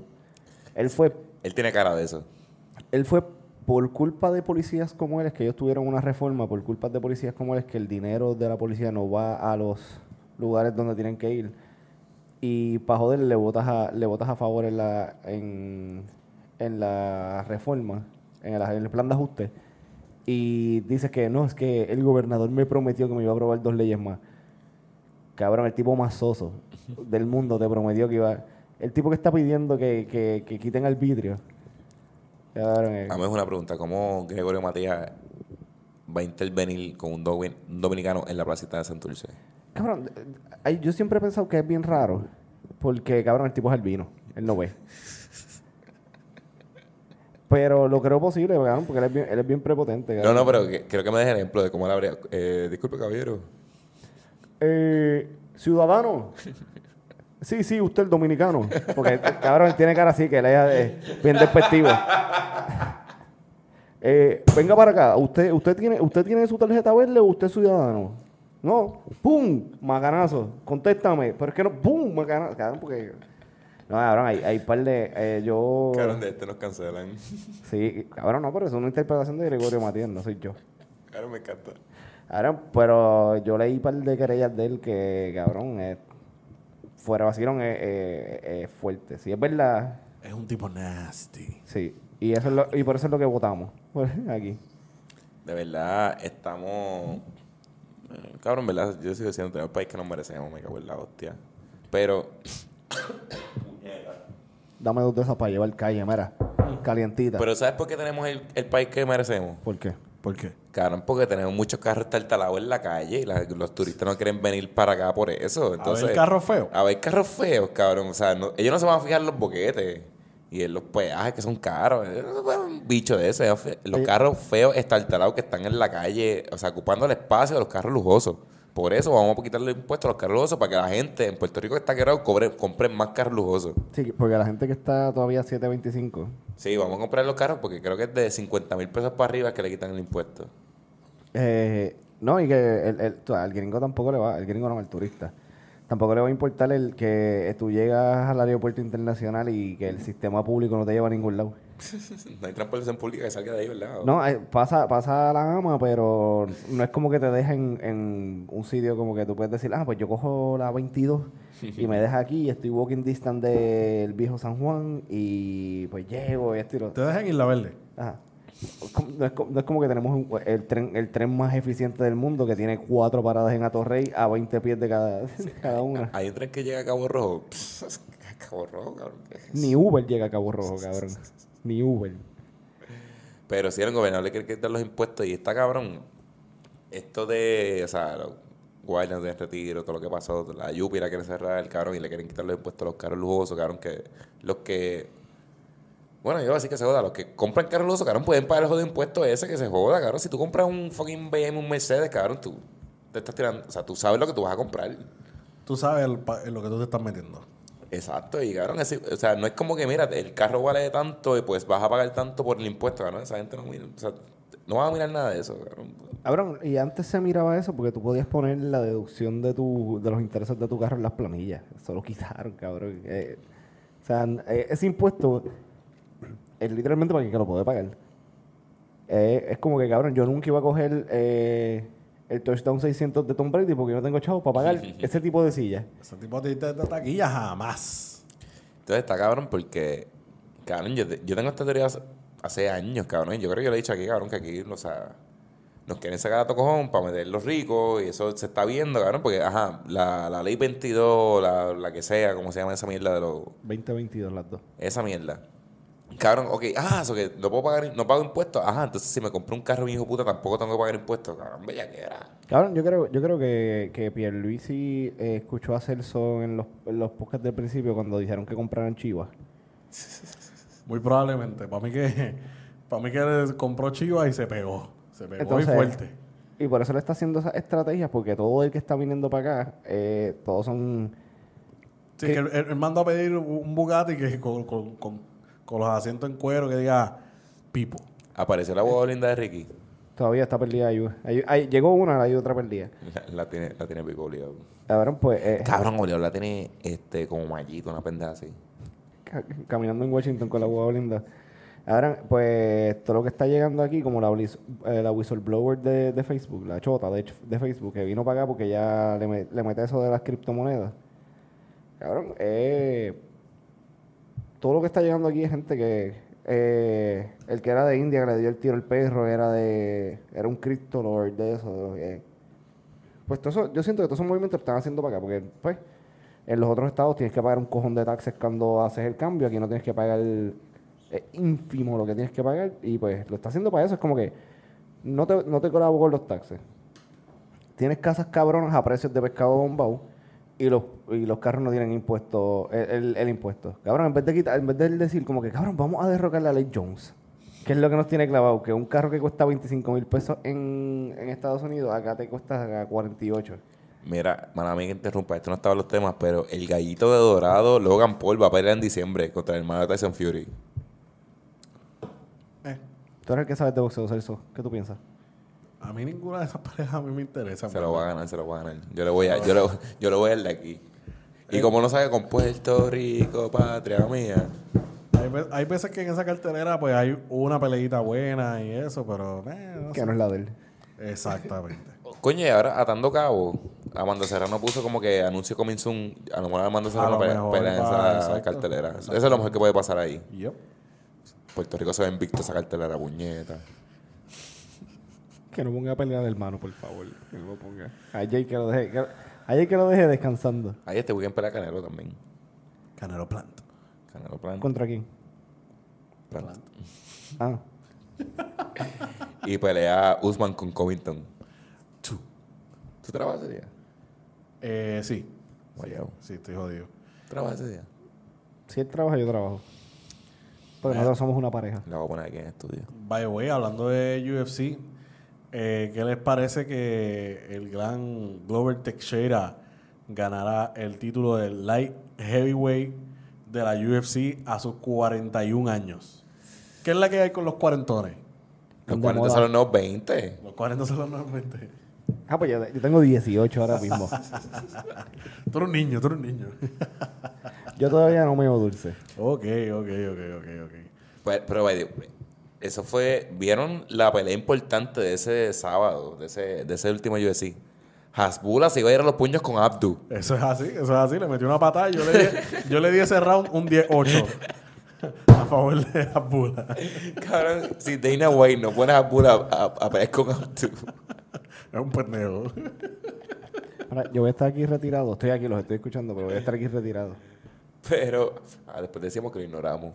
S3: él fue
S1: Él tiene cara de eso.
S3: él fue por culpa de policías como él, es que ellos tuvieron una reforma, por culpa de policías como él, es que el dinero de la policía no va a los lugares donde tienen que ir. Y para joder, le votas a, le votas a favor en la, en, en la reforma, en el, en el plan de ajuste. Y dices que no, es que el gobernador me prometió que me iba a aprobar dos leyes más. Cabrón, el tipo más soso del mundo te prometió que iba. El tipo que está pidiendo que, que, que quiten al vidrio. Cabrón, eh.
S1: A mí es una pregunta, ¿cómo Gregorio Matías va a intervenir con un, domin- un dominicano en la placita de Santurce?
S3: Cabrón, eh, ay, yo siempre he pensado que es bien raro. Porque, cabrón, el tipo es albino. Él no ve. Pero lo creo posible, cabrón, porque él es bien, él es bien prepotente.
S1: No,
S3: cabrón.
S1: no, pero que- creo que me des el ejemplo de cómo la habría... Eh, disculpe, caballero.
S3: Eh, ciudadano. Sí, sí, usted el dominicano. Porque, cabrón, tiene cara así, que él es eh, bien despectivo. Eh, venga para acá. ¿Usted, usted, tiene, ¿Usted tiene su tarjeta verde o usted es ciudadano? No. ¡Pum! Macanazo. Contéstame. Pero es que no... ¡Pum! Macanazo. Cabrón, porque... No, cabrón, hay, hay par de... eh,
S2: Oh.
S3: yo...
S1: Cabrón, de este nos cancelan.
S3: Sí, cabrón, no, pero eso es una interpretación de Gregorio Matías, no soy yo.
S1: Cabrón, me encanta.
S3: Ahora, pero yo leí un par de querellas de él que, cabrón, eh, fuera de vacilón es fuerte. Sí, es verdad.
S2: Es un tipo nasty.
S3: Sí. Y, eso es lo- y por eso es lo que votamos. Aquí.
S1: De verdad, estamos... eh, Cabrón, en verdad, yo sigo diciendo, tenemos el país que nos merecemos, me cago en la hostia. Pero...
S3: Dame dos de esas para llevar calle, mira. Calientita.
S1: Pero ¿sabes por qué tenemos el, el país que merecemos?
S3: ¿Por qué?
S2: ¿Por qué?
S1: Cabrón, porque tenemos muchos carros taltalados en la calle y la- los turistas no quieren venir para acá por eso. Entonces, ah.
S2: a ver, carro feo.
S1: A ver, carros feos, cabrón. O sea, no- ellos no se van a fijar en los boquetes y en los peajes que son caros. Eh, bueno, Un bicho de ese. Los carros feos estartalados que están en la calle, o sea, ocupando el espacio de los carros lujosos. Por eso vamos a quitarle impuestos a los carros lujosos para que la gente en Puerto Rico que está quebrado cobre, compre más carros lujosos.
S3: Sí, porque la gente que está todavía a 725.
S1: Sí, vamos a comprar los carros porque creo que es de 50 mil pesos para arriba que le quitan el impuesto. el
S3: Eh, no, y que el, el- tú sabes, al gringo tampoco le va, el gringo no, al turista. Tampoco le va a importar el que tú llegas al aeropuerto internacional y que el sistema público no te lleva a ningún lado.
S1: No hay transportación pública que salga de ahí, ¿verdad?
S3: No, eh, pasa, pasa la gama, pero no es como que te dejen en un sitio como que tú puedes decir, ah, pues yo cojo la 22 y me deja aquí y estoy walking distance del viejo San Juan y pues llego y esto y lo-
S2: Te dejan Isla Verde.
S3: Ajá. Com- No es, co- no es como que tenemos un- el, tren, el tren más eficiente del mundo que tiene cuatro paradas en Atorrey a 20 pies de cada, cada una.
S1: Hay un tren que llega a Cabo Rojo. Pss, Cabo Rojo, cabrón. ¿qué es eso?
S3: Ni Uber llega a Cabo Rojo, cabrón. Ni Uber.
S1: Pero si el gobernador le quiere quitar los impuestos y está cabrón. Esto de, o sea, los guardias de retiro, todo lo que pasó, la Yupi la quieren cerrar, el cabrón, y le quieren quitar los impuestos a los carros lujosos, cabrón, que los que... Bueno, yo voy a decir que se joda, los que compran carros lujosos, cabrón, pueden pagar el jodido impuesto ese que se joda, cabrón. Si tú compras un fucking BMW, un Mercedes, cabrón, tú te estás tirando, o sea, tú sabes lo que tú vas a comprar.
S2: Tú sabes el pa- en lo que tú te estás metiendo.
S1: Exacto, y cabrón, ese- o sea, no es como que, mira, el carro vale tanto y pues vas a pagar tanto por el impuesto, cabrón. Esa gente no mira, o sea, no va a mirar nada de eso, cabrón.
S3: Cabrón, y antes se miraba eso porque tú podías poner la deducción de, tu, de los intereses de tu carro en las planillas. Eso lo quitaron, cabrón. Eh, o sea, n- eh, ese impuesto es literalmente para quien que lo puede pagar. Eh, es como que, cabrón, yo nunca iba a coger eh, el touchdown 600 de Tom Brady porque yo no tengo chavo para pagar ese tipo de sillas.
S2: Ese tipo de, de, de taquilla jamás.
S1: Entonces está cabrón porque, cabrón, yo, te- yo tengo esta teoría hace, hace años, cabrón. y Yo creo que yo le he dicho aquí, cabrón, que aquí, o sea, nos quieren sacar a tocojón para meter los ricos y eso se está viendo, cabrón, porque, ajá, la, la ley 22, la, la que sea, como se llama esa mierda de los...
S3: 2022 las dos.
S1: Esa mierda. Cabrón, ok, ah, eso que no puedo pagar, no pago impuestos. Ajá, entonces si me compré un carro hijo de puta tampoco tengo que pagar impuestos. Cabrón, bella que era.
S3: Cabrón, yo creo, yo creo que, que Pierluisi eh, escuchó a Celso en los, en los podcasts del principio cuando dijeron que compraran chivas.
S2: Muy probablemente. Para mí que para mí que le compró Chivas y se pegó. Se pegó
S3: Entonces,
S2: muy fuerte.
S3: Y por eso le está haciendo esas estrategias, porque todo el que está viniendo para acá, eh, todos son.
S2: Sí, que él, él mandó a pedir un Bugatti que con, con- con- con los asientos en cuero que diga Pipo.
S1: Apareció la boda linda de Ricky.
S3: Todavía está perdida ayuda. llegó una, hay otra perdida.
S1: La, la tiene, la tiene pico oleado.
S3: Cabrón, pues. eh,
S1: Cabrón, oleado, la tiene este como mallito, una pendeja así.
S3: ca- caminando en Washington con la hueá blinda. Ahora, pues todo lo que está llegando aquí, como la, blis- eh, la whistleblower de, de Facebook, la chota de, de Facebook, que vino para acá porque ya le, me- le mete eso de las criptomonedas. Cabrón, eh, todo lo que está llegando aquí es gente que eh, el que era de India que le dio el tiro al perro era de era un cripto lord de eso eh. pues todo eso yo siento que todos esos movimientos están haciendo para acá porque pues en los otros estados tienes que pagar un cojón de taxes cuando haces el cambio aquí no tienes que pagar es ínfimo lo que tienes que pagar y pues lo está haciendo para eso es como que no te, no te colabo con los taxes tienes casas cabronas a precios de pescado bombao y los, y los carros no tienen impuesto, el, el- el impuesto. Cabrón, en vez de quitar, en vez de decir como que, cabrón, vamos a derrocar la ley Jones, que es lo que nos tiene clavado, que un carro que cuesta 25 mil pesos en, en Estados Unidos, acá te cuesta 48.
S1: Mira, mala mía que interrumpa, esto no estaba en los temas, pero el gallito de dorado, Logan Paul, va a pelear en diciembre contra el hermano de Tyson Fury.
S2: Eh,
S3: Tú eres el que sabes de boxeo, Celso. ¿Qué tú piensas?
S2: a mí ninguna de esas parejas a mí me interesa.
S1: Se lo va a ganar, se lo va a ganar. Yo le voy a, yo le, yo le voy al de aquí. Y como no sabe con Puerto Rico, patria mía.
S2: Hay, ve- hay veces que en esa cartelera pues hay una peleita buena y eso, pero eh, no
S3: Que
S2: sé.
S3: no es la de él.
S2: Exactamente.
S1: Coño, y ahora atando cabo, Amanda Serrano puso como que anuncio coming soon. A lo mejor Amanda Serrano
S2: lo
S1: pelea
S2: mejor
S1: pelea en
S2: va,
S1: esa
S2: exacto,
S1: cartelera.
S2: exacto.
S1: Eso es lo mejor que puede pasar ahí.
S2: Yep.
S1: Puerto Rico se ve invicto esa cartelera, puñeta.
S3: Que no ponga pelea de hermano, por favor. Que no lo ponga. Ayer que lo deje, que, ayer que lo deje descansando.
S1: Ahí este weekend pelea Canelo también.
S2: Canelo Plant.
S1: Canelo Plant.
S3: ¿Contra quién?
S1: Plant.
S3: Ah,
S1: Y pelea Usman con Covington.
S2: Chu.
S1: ¿Tú trabajas ese día?
S2: Eh, sí.
S1: Guayabo.
S2: Sí, estoy jodido.
S1: ¿Trabajas ese día?
S3: si él trabaja, yo trabajo. Porque nosotros somos una pareja.
S1: La voy a poner aquí en el estudio.
S2: By the way, hablando de UFC, eh, ¿qué les parece que el gran Glover Teixeira ganará el título de Light Heavyweight de la UFC a sus 41 años? ¿Qué es la que hay con los cuarentones?
S1: Los
S3: De
S1: 40
S3: moda.
S1: son los nuevos 20.
S2: Los 40 son los normalmente.
S3: Ah, pues yo, yo tengo 18 ahora mismo.
S2: Tú eres un niño, tú eres un niño.
S3: Yo todavía no me dulce.
S2: ok, ok, ok, ok, ok.
S1: Pero, Pues, pero, by the way, eso fue. ¿Vieron la pelea importante de ese sábado, de ese, de ese último UFC? Hasbula se iba a ir a los puños con Abdu.
S2: Eso es así, eso es así. Le metí una patada y yo le di, yo le di ese round un 10-8 a favor de la pula.
S1: Cabrón, si Dana White no pone a Hasbula a, a pelear con Abdu.
S2: Es un pendejo.
S3: Ahora, yo voy a estar aquí retirado. Estoy aquí, los estoy escuchando, pero voy a estar aquí retirado.
S1: Pero ah, después decíamos que lo ignoramos.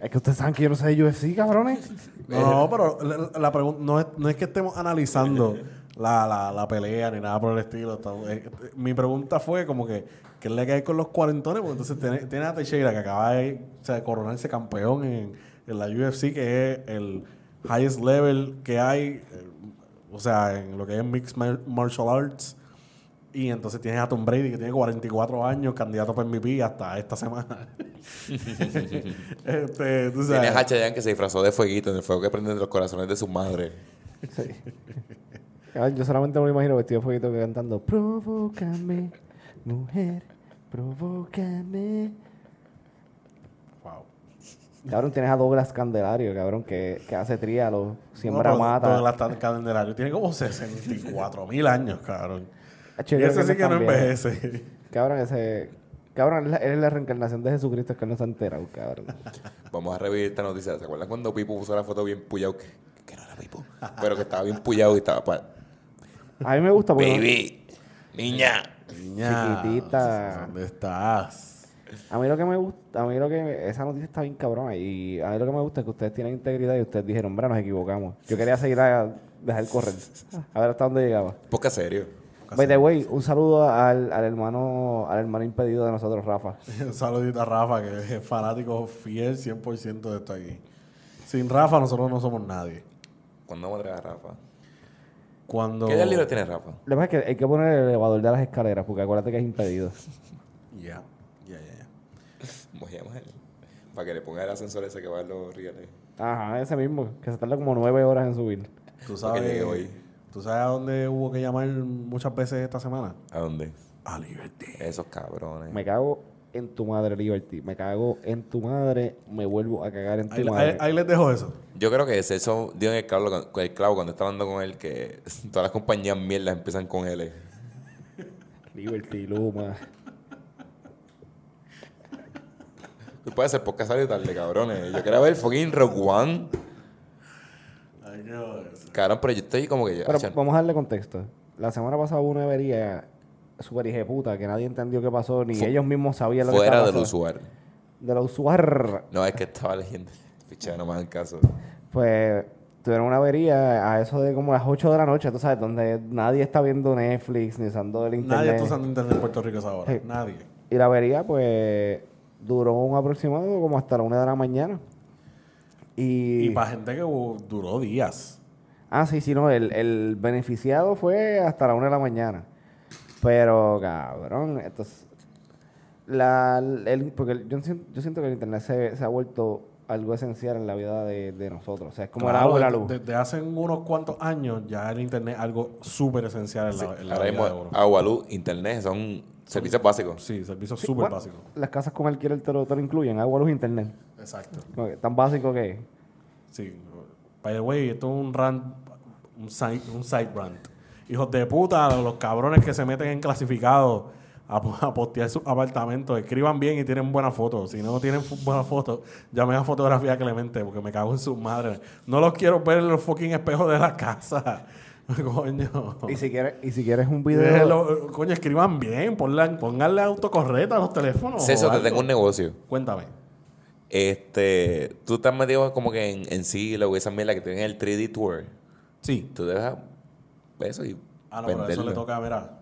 S3: Es que ustedes saben que yo no sé de UFC, cabrones.
S2: No, pero la, la pregunta no es, no es que estemos analizando la, la- la pelea ni nada por el estilo. Estamos- eh, eh, mi pregunta fue como que, ¿qué es la que hay con los cuarentones? Porque entonces tiene, tiene a Teixeira que acaba de, o sea, de coronarse campeón en, en la UFC, que es el highest level que hay, eh, o sea, en lo que es Mixed Mar- Martial Arts. Y entonces tienes a Tom Brady, que tiene 44 años, candidato para MVP hasta esta semana. Este, tú sabes.
S1: Tienes a Chayanne que se disfrazó de fueguito, en el fuego que prenden los corazones de sus madres.
S3: Sí. Ay, Ah, Yo solamente me lo imagino vestido de fueguito que cantando Provócame, mujer, provócame.
S2: Wow.
S3: Cabrón, tienes a Douglas Candelario, cabrón, que, que hace tríalo, siembra
S2: No, pero
S3: mata.
S2: Douglas Tan- Candelario tiene como 64 mil años, cabrón.
S3: Ah, yo
S2: Y
S3: creo
S2: ese sí que no
S3: están bien.
S2: envejece.
S3: Cabrón, ese... Cabrón, él es la- él es la reencarnación de Jesucristo, es que él no se ha enterado, cabrón.
S1: Vamos a revivir esta noticia. ¿Se acuerdan cuando Pipo puso la foto bien puyado? Que, que no era Pipo, pero que estaba bien puyado y estaba pa-
S3: A mí me gusta porque...
S1: Baby, niña.
S2: Niña,
S3: Chiquitita.
S2: ¿Dónde estás?
S3: A mí lo que me gusta, a mí lo que esa noticia está bien cabrona y a mí lo que me gusta es que ustedes tienen integridad y ustedes dijeron, mira, nos equivocamos. Yo quería seguir a dejar correr, a ver hasta dónde llegaba.
S1: Poca serio.
S3: By the way, un saludo al, al hermano al hermano impedido de nosotros, Rafa.
S2: Un saludito a Rafa, que es fanático fiel 100% de esto aquí. Sin Rafa, nosotros no somos nadie.
S1: ¿Cuándo vamos a traer a Rafa?
S2: Cuando.
S1: ¿Qué libro tiene Rafa?
S3: Lo que pasa es que hay que poner el elevador de las escaleras porque acuérdate que es impedido.
S2: Ya, ya, ya, ya.
S1: Voy a llamar. Para que le ponga el ascensor ese que va a los rieles.
S3: Ajá, ese mismo, que se tarda como nueve horas en subir.
S2: Tú
S1: llegué
S2: sabes.
S1: hoy.
S2: ¿Tú sabes a dónde hubo que llamar muchas veces esta semana?
S1: ¿A dónde?
S2: A Liberty.
S1: Esos cabrones.
S3: Me cago en tu madre, Liberty. Me cago en tu madre, me vuelvo a cagar en tu
S2: Ahí,
S3: madre.
S2: ahí- ahí les dejo eso.
S1: Yo creo que Celso dio en el clavo, con- con el clavo cuando estaba hablando con él que todas las compañías mierdas empiezan con L.
S3: Liberty, Luma.
S1: Tú puedes hacer podcast salió tarde, cabrones. Yo quería ver fucking Rock One.
S2: Ay, qué joder.
S1: Cabrón, pero yo estoy como que...
S3: Pero
S1: "Acho,
S3: vamos a darle contexto. La semana pasada hubo una avería super puta que nadie entendió qué pasó, ni
S1: Fu-
S3: ellos mismos sabían lo que
S1: fuera
S3: estaba
S1: del
S3: pasando.
S1: usuario.
S3: De los usuarios.
S1: No, es que estaba leyendo. Picha, no me hagan caso.
S3: Pues tuvieron una avería a eso de como las 8 de la noche, tú sabes, donde nadie está viendo Netflix ni usando el internet.
S2: Nadie está usando internet en Puerto Rico a esa hora.
S3: Sí.
S2: Nadie.
S3: Y la avería, pues, duró un aproximado como hasta la una de la mañana. Y.
S2: Y para gente que uh, duró días.
S3: ah, sí, sí, no, el, el beneficiado fue hasta la una de la mañana. Pero, cabrón, entonces. La, el- porque el- yo, sien- yo siento que el internet se, se ha vuelto algo esencial en la vida de, de nosotros. O sea, es como el
S2: Claro,
S3: agua y la
S2: desde-
S3: luz.
S2: Desde hace unos cuantos años ya el internet es algo súper esencial en la, en la
S1: Ahora
S2: vida
S1: mismo,
S2: de uno.
S1: agua, luz, internet son servicios básicos.
S2: Sí, servicio
S3: Sí,
S2: súper
S3: bueno,
S2: básico.
S3: Las casas con alquiler te lo, te lo incluyen, agua, luz, internet.
S2: Exacto.
S3: Como que Tan básico que es.
S2: Sí. By the way, esto es un rant, un side, un side rant. Hijos de puta, los cabrones que se meten en clasificados a, po- a postear sus apartamentos, escriban bien y tienen buenas fotos. Si no tienen fu- buenas fotos, llamen a fotografía Clemente porque me cago en sus madres. No los quiero ver en los fucking espejos de la casa. Coño.
S3: Y si quieres, y si quieres un video.
S2: Déjelo- coño, escriban bien, ponla- pónganle autocorreta a los teléfonos.
S1: Celso,
S2: o
S1: te
S2: algo.
S1: tengo un negocio.
S2: Cuéntame.
S1: Este, tú estás metido como que en, en Silo o esa mierda que tienen el 3D Tour.
S2: Sí.
S1: Tú dejas eso y
S2: Ah, no, pero eso
S1: venderlo.
S2: le toca, mira.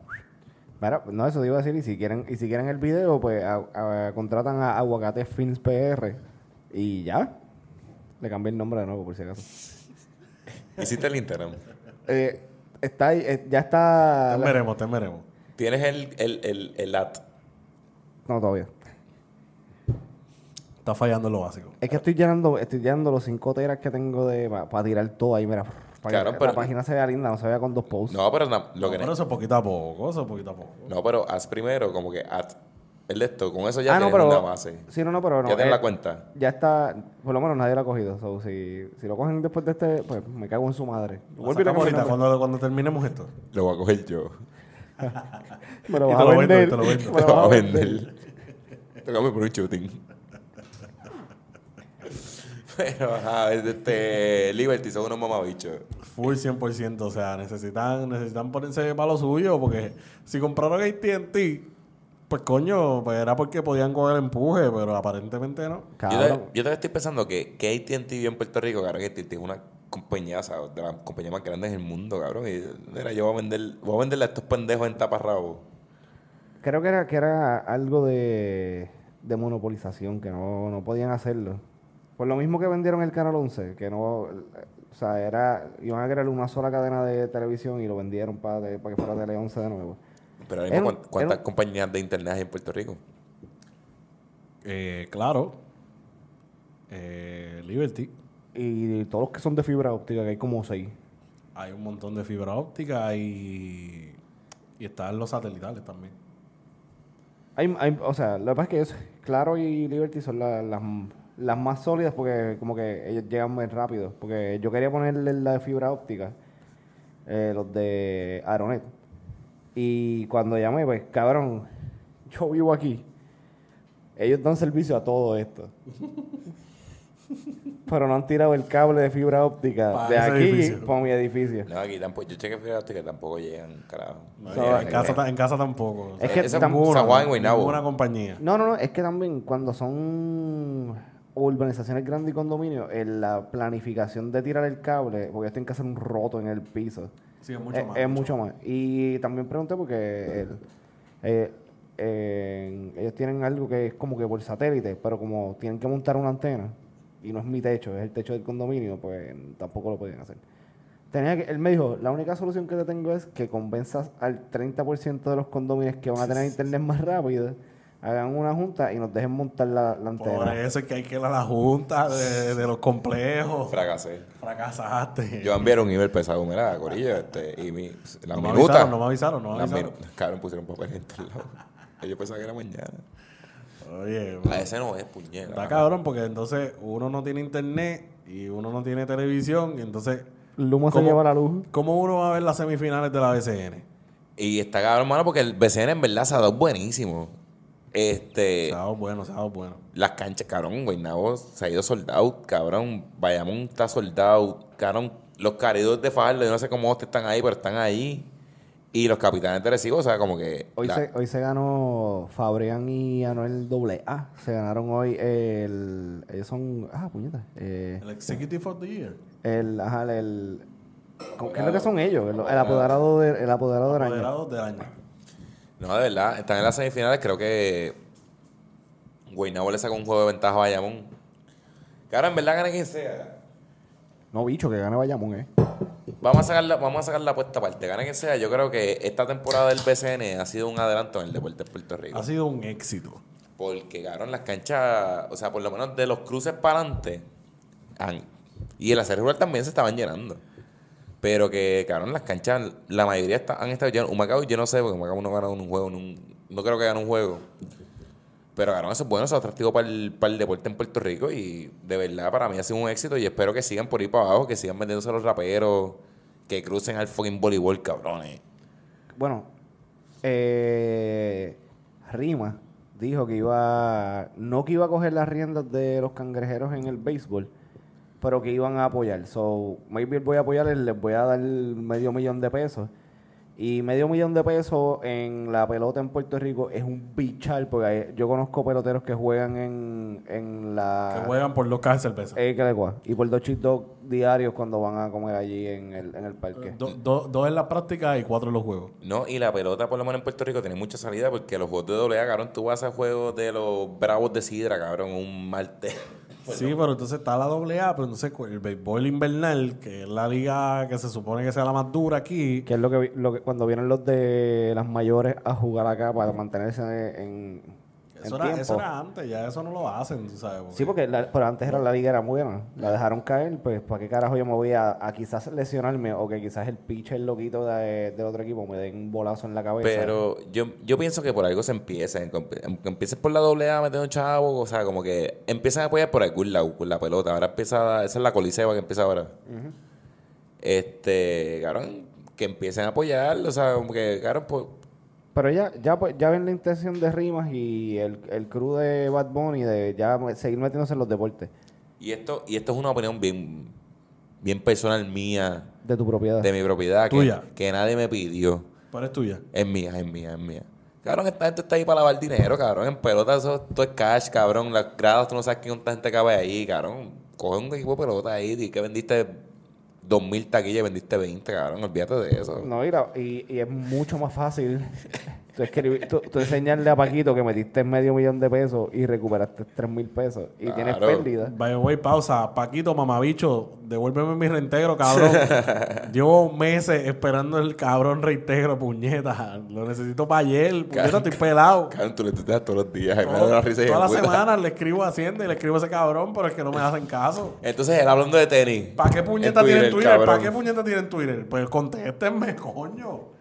S3: Mira, no, eso te iba a decir. Y si quieren, y si quieren el video, pues a- a- contratan a Aguacate Films PR. Y ya. Le cambié el nombre de nuevo, por si acaso.
S1: Hiciste el Instagram.
S3: Eh, está ahí, eh, ya está.
S2: Te veremos, te veremos.
S1: Tienes el, el, el, el ad.
S3: No, todavía.
S2: Está fallando lo básico.
S3: Es que estoy llenando, estoy llenando los 5 teras que tengo de para tirar todo ahí, mira. Para
S1: Claro,
S3: que
S1: pero-
S3: la página se vea linda, no se vea con dos posts.
S1: No, pero na- lo
S2: No,
S1: que
S2: pero eso es poquito a poco, eso es poquito a poco.
S1: No, pero haz primero como que ad. El de esto, con eso ya
S3: ah, no,
S1: tienes
S3: pero.
S1: una base.
S3: Sí, no, no, pero no.
S1: ya tienes
S3: eh,
S1: la cuenta.
S3: Ya está, por lo menos nadie lo ha cogido. So, si, si lo cogen después de este, pues me cago en su madre.
S2: Lo
S3: Vuelve y le
S2: sacamos
S3: cambio el
S2: ahorita
S3: nombre.
S2: cuando, cuando terminemos esto.
S1: Lo voy a coger yo.
S3: Me lo
S2: Y
S3: vas
S2: te
S3: a
S2: lo vendo,
S3: vender.
S2: y te lo vendo.
S1: Te
S3: me lo vas
S1: va a vender. Tócame por un shooting. Pero, ajá, este, Liberty son unos mamabichos.
S2: Full 100%, o sea, necesitan, necesitan ponerse para lo suyo, porque si compraron AT&T, pues coño, pues era porque podían coger empuje, pero aparentemente no.
S1: Yo, todavía-
S3: Cabrón.
S1: yo todavía estoy pensando que, que AT&T vio en Puerto Rico, cabrón, que AT&T es una compañía, o sea, de las compañías más grandes del mundo, cabrón. Y, mira, yo voy a vender, voy a venderle a estos pendejos en taparrabos.
S3: Creo que era, que era algo de, de monopolización, que no, no podían hacerlo. Por lo mismo que vendieron el Canal 11, que no... O sea, era, iban a crear una sola cadena de televisión y lo vendieron para que fuera Tele 11 de nuevo.
S1: Pero ahora mismo,
S3: Era un-
S1: ¿cuán- ¿cuántas
S3: era un-
S1: compañías de internet hay en Puerto Rico?
S2: Eh, claro, eh, Liberty,
S3: Y todos los que son de fibra óptica, que hay como seis.
S2: hay un montón de fibra óptica y, y están los satelitales también.
S3: Hay, hay- o sea, lo que pasa es que ellos- Claro y Liberty son la- las, las más sólidas porque como que ellos llegan más rápido. Porque yo quería ponerle la de fibra óptica, eh, los de Aronet. Y cuando llamé, pues, cabrón, yo vivo aquí. Ellos dan servicio a todo esto. Pero no han tirado el cable de fibra óptica
S2: Pa'
S3: de
S2: ese
S3: aquí
S2: edificio.
S3: para mi edificio.
S1: No, aquí tampoco, yo chequeé fíjate que tampoco llegan, carajo.
S2: No,
S1: No
S3: So,
S1: llegan,
S2: en,
S3: eh,
S2: casa,
S1: cabrón.
S2: ta- en casa tampoco. o sea,
S3: Es que
S1: Ese
S3: tam-
S1: San
S2: ninguno,
S1: Eh, Juan, Guaynabo.
S2: ninguna compañía.
S3: No, no, no, es que también cuando son urbanizaciones grandes y condominios, en la planificación de tirar el cable, porque ellos tienen que hacer un roto en el piso.
S2: Sí, es mucho
S3: es,
S2: más.
S3: Eh, es mucho más. Y también pregunté porque el- eh, eh, ellos tienen algo que es como que por satélite, pero como tienen que montar una antena, y no es mi techo, es el techo del condominio, pues tampoco lo podían hacer. Tenía que, él me dijo, la única solución que te tengo es que convenzas al 30% de los condominios que van a tener internet más rápido, hagan una junta y nos dejen montar la, la antena.
S2: Por eso es que hay que ir a la junta de, de los complejos.
S1: Fracasé.
S2: Fracasaste.
S1: Yo envié un email pesado, mira, Corillo, este, y mi, la
S2: no me
S1: minuta.
S2: avisaron, no me avisaron, no me
S1: Las
S2: avisaron.
S1: minu- cabrón, pusieron papel en todos lados. Yo pensaba que era mañana.
S2: Oye,
S1: A
S2: mano,
S1: ese no es, puñera.
S2: está cabrón porque entonces uno no tiene internet y uno no tiene televisión. Y entonces,
S3: Luma se
S2: ¿Cómo?
S3: lleva la luz.
S2: ¿cómo uno va a ver las semifinales de la BCN?
S1: Y está cabrón, hermano, porque el BCN en verdad se ha dado buenísimo. Este.
S2: Se ha dado bueno, se ha dado bueno.
S1: Las canchas, cabrón, Guaynabo se ha ido soldado, cabrón. Bayamón está soldado, cabrón. Los caridos de Fajardo, yo no sé cómo hostia están ahí, pero están ahí. Y los capitanes de Recibo, o sea, como que.
S3: Hoy,
S1: la-
S3: se, hoy se ganó Fabrián y Anuel AA. Se ganaron hoy el. Ellos son. Ah, puñeta. eh,
S2: El Executive of the Year.
S3: el. Ajá, el. el- ¿Qué es lo que son ellos? El, el apoderado, de, el apoderado del año.
S2: Moderados del año.
S1: No, de verdad, están en las semifinales. Creo que. Guaynabo le sacó un juego de ventaja a Bayamón. Cabrón, en verdad gana quien sea.
S3: No, bicho, que gane Bayamón, eh.
S1: Vamos a sacar la, vamos a sacar la apuesta aparte. Gana quien sea. Yo creo que esta temporada del BCN ha sido un adelanto en el deporte de Puerto Rico.
S2: Ha sido un éxito.
S1: Porque, cabrón, las canchas, o sea, por lo menos de los cruces para adelante, han- y el acero rural también se estaban llenando. Pero que, cabrón, las canchas, la mayoría está- han estado llenas. Humacao, yo no sé, porque Humacao no gana un juego, no, no creo que gane un juego. Pero, cabrón, eso es bueno, eso es atractivo para el, para el deporte en Puerto Rico y de verdad para mí ha sido un éxito y espero que sigan por ahí para abajo, que sigan vendiéndose a los raperos, que crucen al fucking voleibol, cabrones.
S3: Bueno, eh, Rima dijo que iba, no que iba a coger las riendas de los cangrejeros en el béisbol, pero que iban a apoyar. So, maybe voy a apoyarles, les voy a dar medio millón de pesos. Y medio millón de pesos en la pelota en Puerto Rico es un bichar, porque hay- yo conozco peloteros que juegan en, en la...
S2: que juegan por los cajas de cerveza.
S3: Ah. Eh, que le cua- y por dos cheat dog diarios cuando van a comer allí en el, en el parque.
S2: Do- do- dos en la práctica y cuatro en los juegos.
S1: No, y la pelota, por lo menos en Puerto Rico, tiene mucha salida porque los juegos de doble A, cabrón, tú vas a juegos de los bravos de Sidra, cabrón, un martes.
S2: sí, pero entonces está la AA, pero entonces cu- el béisbol invernal, que es la liga que se supone que sea la más dura aquí,
S3: Que es lo que, vi- lo que cuando vienen los de las mayores a jugar acá para mantenerse en, en
S2: eso era,
S3: tiempo.
S2: eso era antes, ya eso no lo hacen, tú sabes. porque-
S3: Sí, porque la- pero antes era la liga era muy buena. La dejaron caer, pues ¿para qué carajo yo me voy a, a quizás lesionarme o que quizás el pitcher loquito de- del otro equipo me den un bolazo en la cabeza?
S1: Pero yo, yo pienso que por algo se empieza. en- Aunque empieces por la doble A, metiendo chavo, o sea, como que empiezan a apoyar por algún lado con la pelota. Ahora empieza, esa es la coliseba que empieza ahora. Este, cabrón, que empiecen a apoyar, o sea, como que, cabrón, pues,
S3: Pero ya, ya, pues, ya ven la intención de Rimas y el, el crew de Bad Bunny de ya seguir metiéndose en los deportes
S1: y esto, y esto es una opinión bien, bien personal mía,
S3: de tu propiedad.
S1: de mi propiedad, que-
S2: Tuya.
S1: que nadie me pidió.
S2: Pero es tuya.
S1: Es mía, es mía, es mía. Cabrón, esta gente está ahí para lavar dinero, cabrón. En pelota eso, todo es cash, cabrón. Las gradas, tú no sabes cuánta gente cabe ahí, cabrón. Coge un equipo de pelota ahí, di que vendiste 2.000 taquillas, y vendiste 20, cabrón. Olvídate de eso.
S3: No, y, la- y- y es mucho más fácil tú, escribir, tú, tú enseñarle a Paquito que metiste medio millón de pesos y recuperaste tres mil pesos y tienes
S1: Claro.
S3: pérdida.
S2: By the way, pausa. Paquito, mamabicho, devuélveme mi reintegro, cabrón. Llevo meses esperando el cabrón reintegro, puñeta. Lo necesito para ayer, puñeta, estoy pelado.
S1: Cabrón, tú le tuiteas todos los días. me da una
S2: Todo-
S1: risa hija de
S2: Todas las
S1: puta.
S2: semanas le escribo a Hacienda y le escribo a ese cabrón, pero es que no me hacen caso.
S1: Entonces, él hablando de tenis.
S2: ¿Para qué
S1: en
S2: puñeta tienen Twitter? ¿Para
S1: cabrón.
S2: qué puñeta tienen Twitter? Pues contéstenme, coño.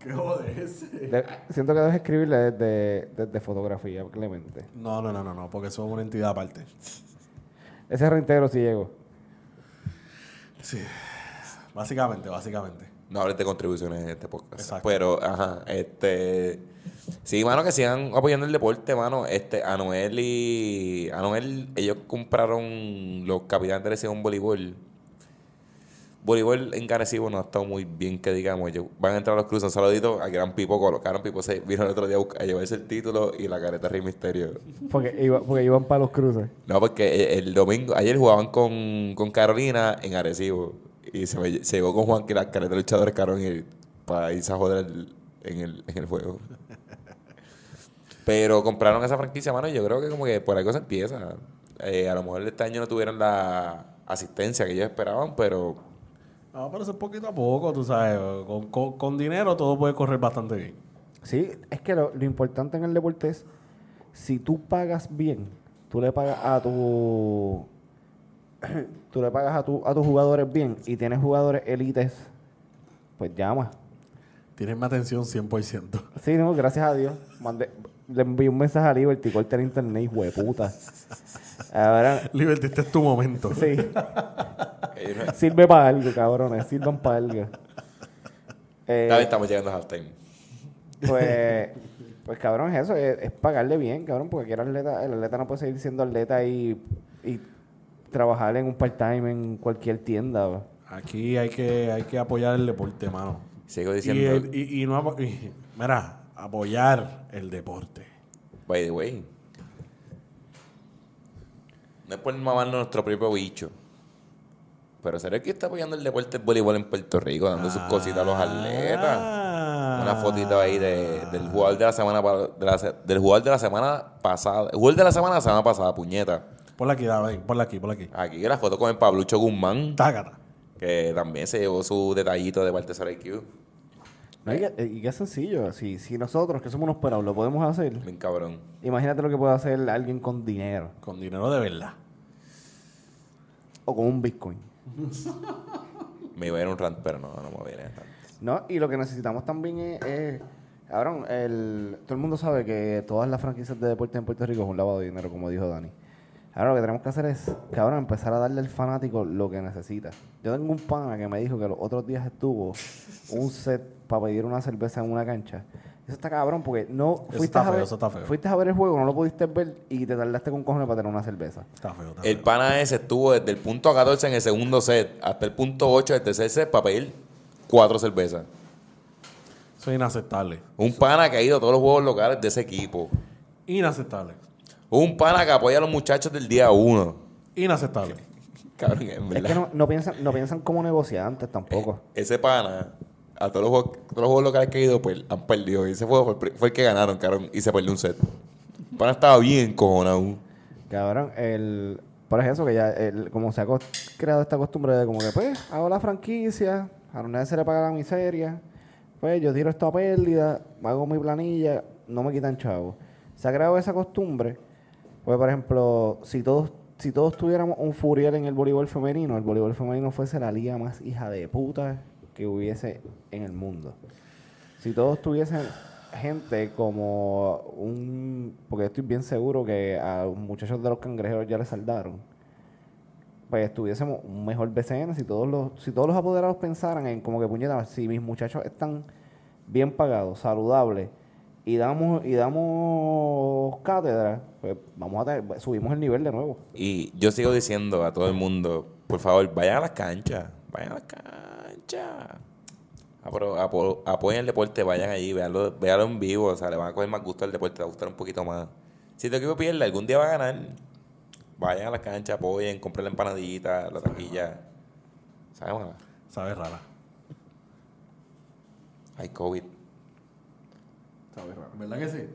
S2: ¿Qué joderse?
S3: De- siento que debes escribirle desde, desde fotografía, Clemente.
S2: No, no, no, no, no, porque eso es una entidad aparte.
S3: Ese reintegro sí llegó.
S2: Sí. Básicamente, básicamente.
S1: No hables de contribuciones en este podcast.
S2: Exacto.
S1: Pero, ajá, este. Sí, mano, que sigan apoyando el deporte, mano. Este, Anuel y. Anuel, ellos compraron los capitanes de Arecibo en voleibol. Voleibol en Arecibo no ha estado muy bien, que digamos. Ellos van a entrar a los cruces. Un saludito a Gran Pipo colocaron. Pipo se vino el otro día a, buscar- a llevarse el título y la careta Rey Misterio.
S3: Porque, iba- porque iban para los cruces.
S1: No, porque el, el domingo, ayer jugaban con, con Carolina en Arecibo. Y se, me, se llegó con Juan que la careta de luchadores Carol y para irse a joder el- en, el, en el juego. Pero compraron esa franquicia, mano, y yo creo que como que por algo se empieza. Eh, a lo mejor este año no tuvieron la asistencia que ellos esperaban, pero
S2: No, pero eso es poquito a poco, tú sabes. Con, con- con dinero todo puede correr bastante bien.
S3: Sí, es que lo, lo importante en el deporte es si tú pagas bien, tú le pagas a tu tú le pagas a, tu, a tus jugadores bien y tienes jugadores élites, pues llama.
S2: Tienen mi atención 100%.
S3: Sí, no, gracias a Dios. Mandé, le envié un mensaje a Liberty, corta el internet, hijo de puta. Ahora,
S2: Liberty, este es tu momento.
S3: sí,
S1: Ellos no-
S3: sirve para algo, cabrones, sirvan para algo. Eh,
S1: Tal vez estamos llegando a halftime.
S3: Pues, pues cabrón, es eso, es, es pagarle bien, cabrón, porque aquí el atleta, el atleta no puede seguir siendo atleta y, y trabajar en un part-time en cualquier tienda. bro.
S2: Aquí hay que, hay que apoyar el deporte, mano.
S1: Sigo
S2: Y,
S1: diciendo,
S2: el- y- y no apo- y- mira, apoyar el deporte.
S1: by the way. No es por mamarnos nuestro propio bicho. Pero ¿será que está apoyando el deporte del voleibol en Puerto Rico? Dando sus cositas a los atletas.
S2: Ah.
S1: Una fotito ahí de- del jugador de la semana pa- de la se- del jugador de la semana pasada. El jugador de la semana de la semana pasada, puñeta.
S2: Ponla aquí, David, ponla aquí, ponla aquí.
S1: Aquí la foto con el Pablucho Guzmán,
S2: Tácata.
S1: que también se llevó su detallito de parte de Sara IQ.
S3: No, y, que- y que es sencillo, si, si nosotros, que somos unos pelados, lo podemos hacer,
S1: Bien cabrón.
S3: imagínate lo que puede hacer alguien con dinero
S2: Con dinero de verdad.
S3: o con un Bitcoin.
S1: Me iba a ir un rant, pero no, no me viene tanto.
S3: No, y lo que necesitamos también es, es- cabrón, el, todo el mundo sabe que todas las franquicias de deporte en Puerto Rico es un lavado de dinero, como dijo Dani. Ahora lo que tenemos que hacer es, cabrón, empezar a darle al fanático lo que necesita. Yo tengo un pana que me dijo que los otros días estuvo un set para pedir una cerveza en una cancha. Eso está cabrón porque no
S2: Eso
S3: fuiste,
S2: está
S3: a,
S2: feo,
S3: ver,
S2: eso está feo.
S3: fuiste a ver el juego, no lo pudiste ver y te tardaste con cojones para tener una cerveza.
S2: Está feo, está
S1: El
S2: feo.
S1: pana ese estuvo desde el punto 14 en el segundo set hasta el punto 8 del tercer set para pedir cuatro cervezas.
S2: Eso es inaceptable.
S1: Un pana que ha ido a todos los juegos locales de ese equipo.
S2: Inaceptable.
S1: Un pana que apoya a los muchachos del día uno.
S2: Inaceptable.
S1: Cabrón, en verdad.
S3: Es que no, no piensan, no piensan como negociantes tampoco.
S1: Ese pana, a todos los, juegos, todos los juegos locales que ha ido, pues han perdido. Y ese juego fue, el pri- fue el que ganaron, cabrón, y se perdió un set. El pana estaba bien cojonado.
S3: Cabrón, el. Por eso que ya, el- como se ha cos- creado esta costumbre de como que, pues, hago la franquicia, a nadie se le paga la miseria, pues yo tiro esta pérdida, hago mi planilla, no me quitan chavo. Se ha creado esa costumbre, pues, por ejemplo, si todos si todos tuviéramos un Furiel en el voleibol femenino, el voleibol femenino fuese la liga más hija de puta que hubiese en el mundo. Si todos tuviesen gente como un... Porque estoy bien seguro que a los muchachos de los cangrejeros ya les saldaron. Pues tuviésemos un mejor BCN si todos los, si todos los apoderados pensaran en como que puñeta, si mis muchachos están bien pagados, saludables, y damos, y damos cátedra, pues vamos a tener- subimos el nivel de nuevo.
S1: Y yo sigo diciendo a todo el mundo, por favor, vayan a las canchas. Vayan a las canchas. Apro- apo- apoyen el deporte, vayan allí, véanlo, véanlo en vivo. O sea, le van a coger más gusto al deporte, le va a gustar un poquito más. Si tu equipo pierde, algún día va a ganar. Vayan a las canchas, apoyen, compren la empanadillita, la taquilla. ¿Sabes, mala?
S2: Sabe rara.
S1: Hay COVID.
S2: Sabe rara. ¿Verdad que sí?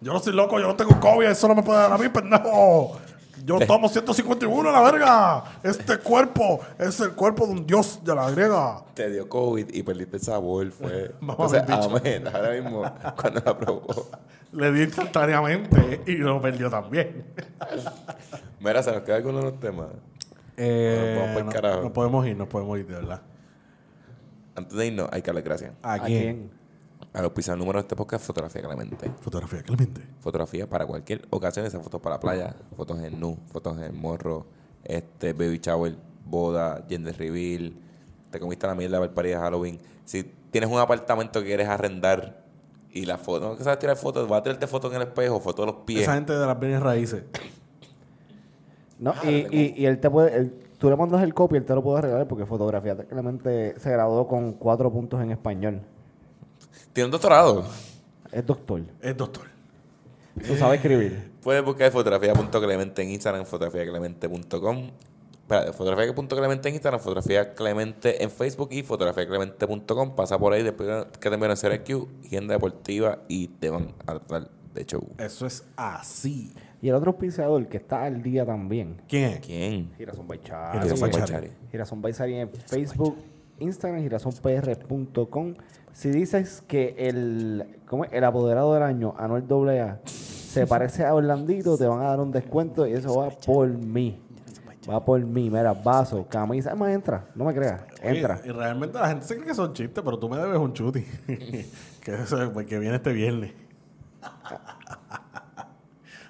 S2: Yo no soy loco, yo no tengo COVID, eso no me puede dar a mí, pendejo. Yo tomo 151 a la verga. Este cuerpo es el cuerpo de un dios de la griega.
S1: Te dio COVID y perdiste el sabor, fue.
S2: Mamá,
S1: Entonces,
S2: bicho.
S1: amén. Ahora mismo, cuando la probó.
S2: Le di instantáneamente y lo perdió también.
S1: Mira, se nos queda alguno de los temas.
S2: Eh,
S1: Nos vamos pa'l
S2: no-
S1: carajo.
S2: no podemos ir, no podemos ir, de verdad.
S1: Antes de irnos, hay que darle gracias.
S2: ¿A
S3: ¿A
S2: quién?
S3: quién?
S1: A los pisados número de este podcast, fotografía claramente.
S2: Fotografía Clemente.
S1: Fotografía para cualquier ocasión, esas fotos para la playa, fotos en nu, fotos en morro, este baby shower, boda, gender reveal, te comiste la mierda para el party de Halloween. Si tienes un apartamento que quieres arrendar y la foto, no que sabes tirar fotos, vas a tirarte fotos en el espejo, fotos de los pies.
S2: Esa gente de las bienes raíces.
S3: No,
S1: Ah,
S3: y,
S1: lo tengo.
S3: y, y él te puede, él- tú le mandas el copy, él te lo puede regalar porque fotografía claramente se graduó con cuatro puntos en español.
S1: Tiene un doctorado.
S3: Es doctor.
S2: Es doctor.
S3: Tú sabes escribir.
S1: Puedes buscar fotografía.clemente en Instagram, fotografiaclemente.com. Espérate, fotografía.clemente en Instagram, fotografía clemente en Facebook y fotografiaclemente.com. Pasa por ahí después que te envíen a CRQ, agenda deportiva y te van a tratar de show.
S2: Eso es así.
S3: Y el otro auspiciador que está al día también.
S2: ¿Quién es?
S1: ¿Quién?
S2: Girasón
S3: Girasón Baichari.
S1: Quiero
S2: Baixari.
S1: Baixari.
S3: Girasón Baichari en Facebook, Instagram, girasonpr.com. Si dices que el, ¿cómo es? el apoderado del año, Anuel AA, se parece a Orlandito, te van a dar un descuento y eso va por mí. Va por mí, mira, vaso, camisa. Además, entra, no me creas, entra.
S2: Oye, eh, Y realmente la gente se cree que son pues, chistes, pero tú me debes un chuti. que, eso es, que viene este viernes.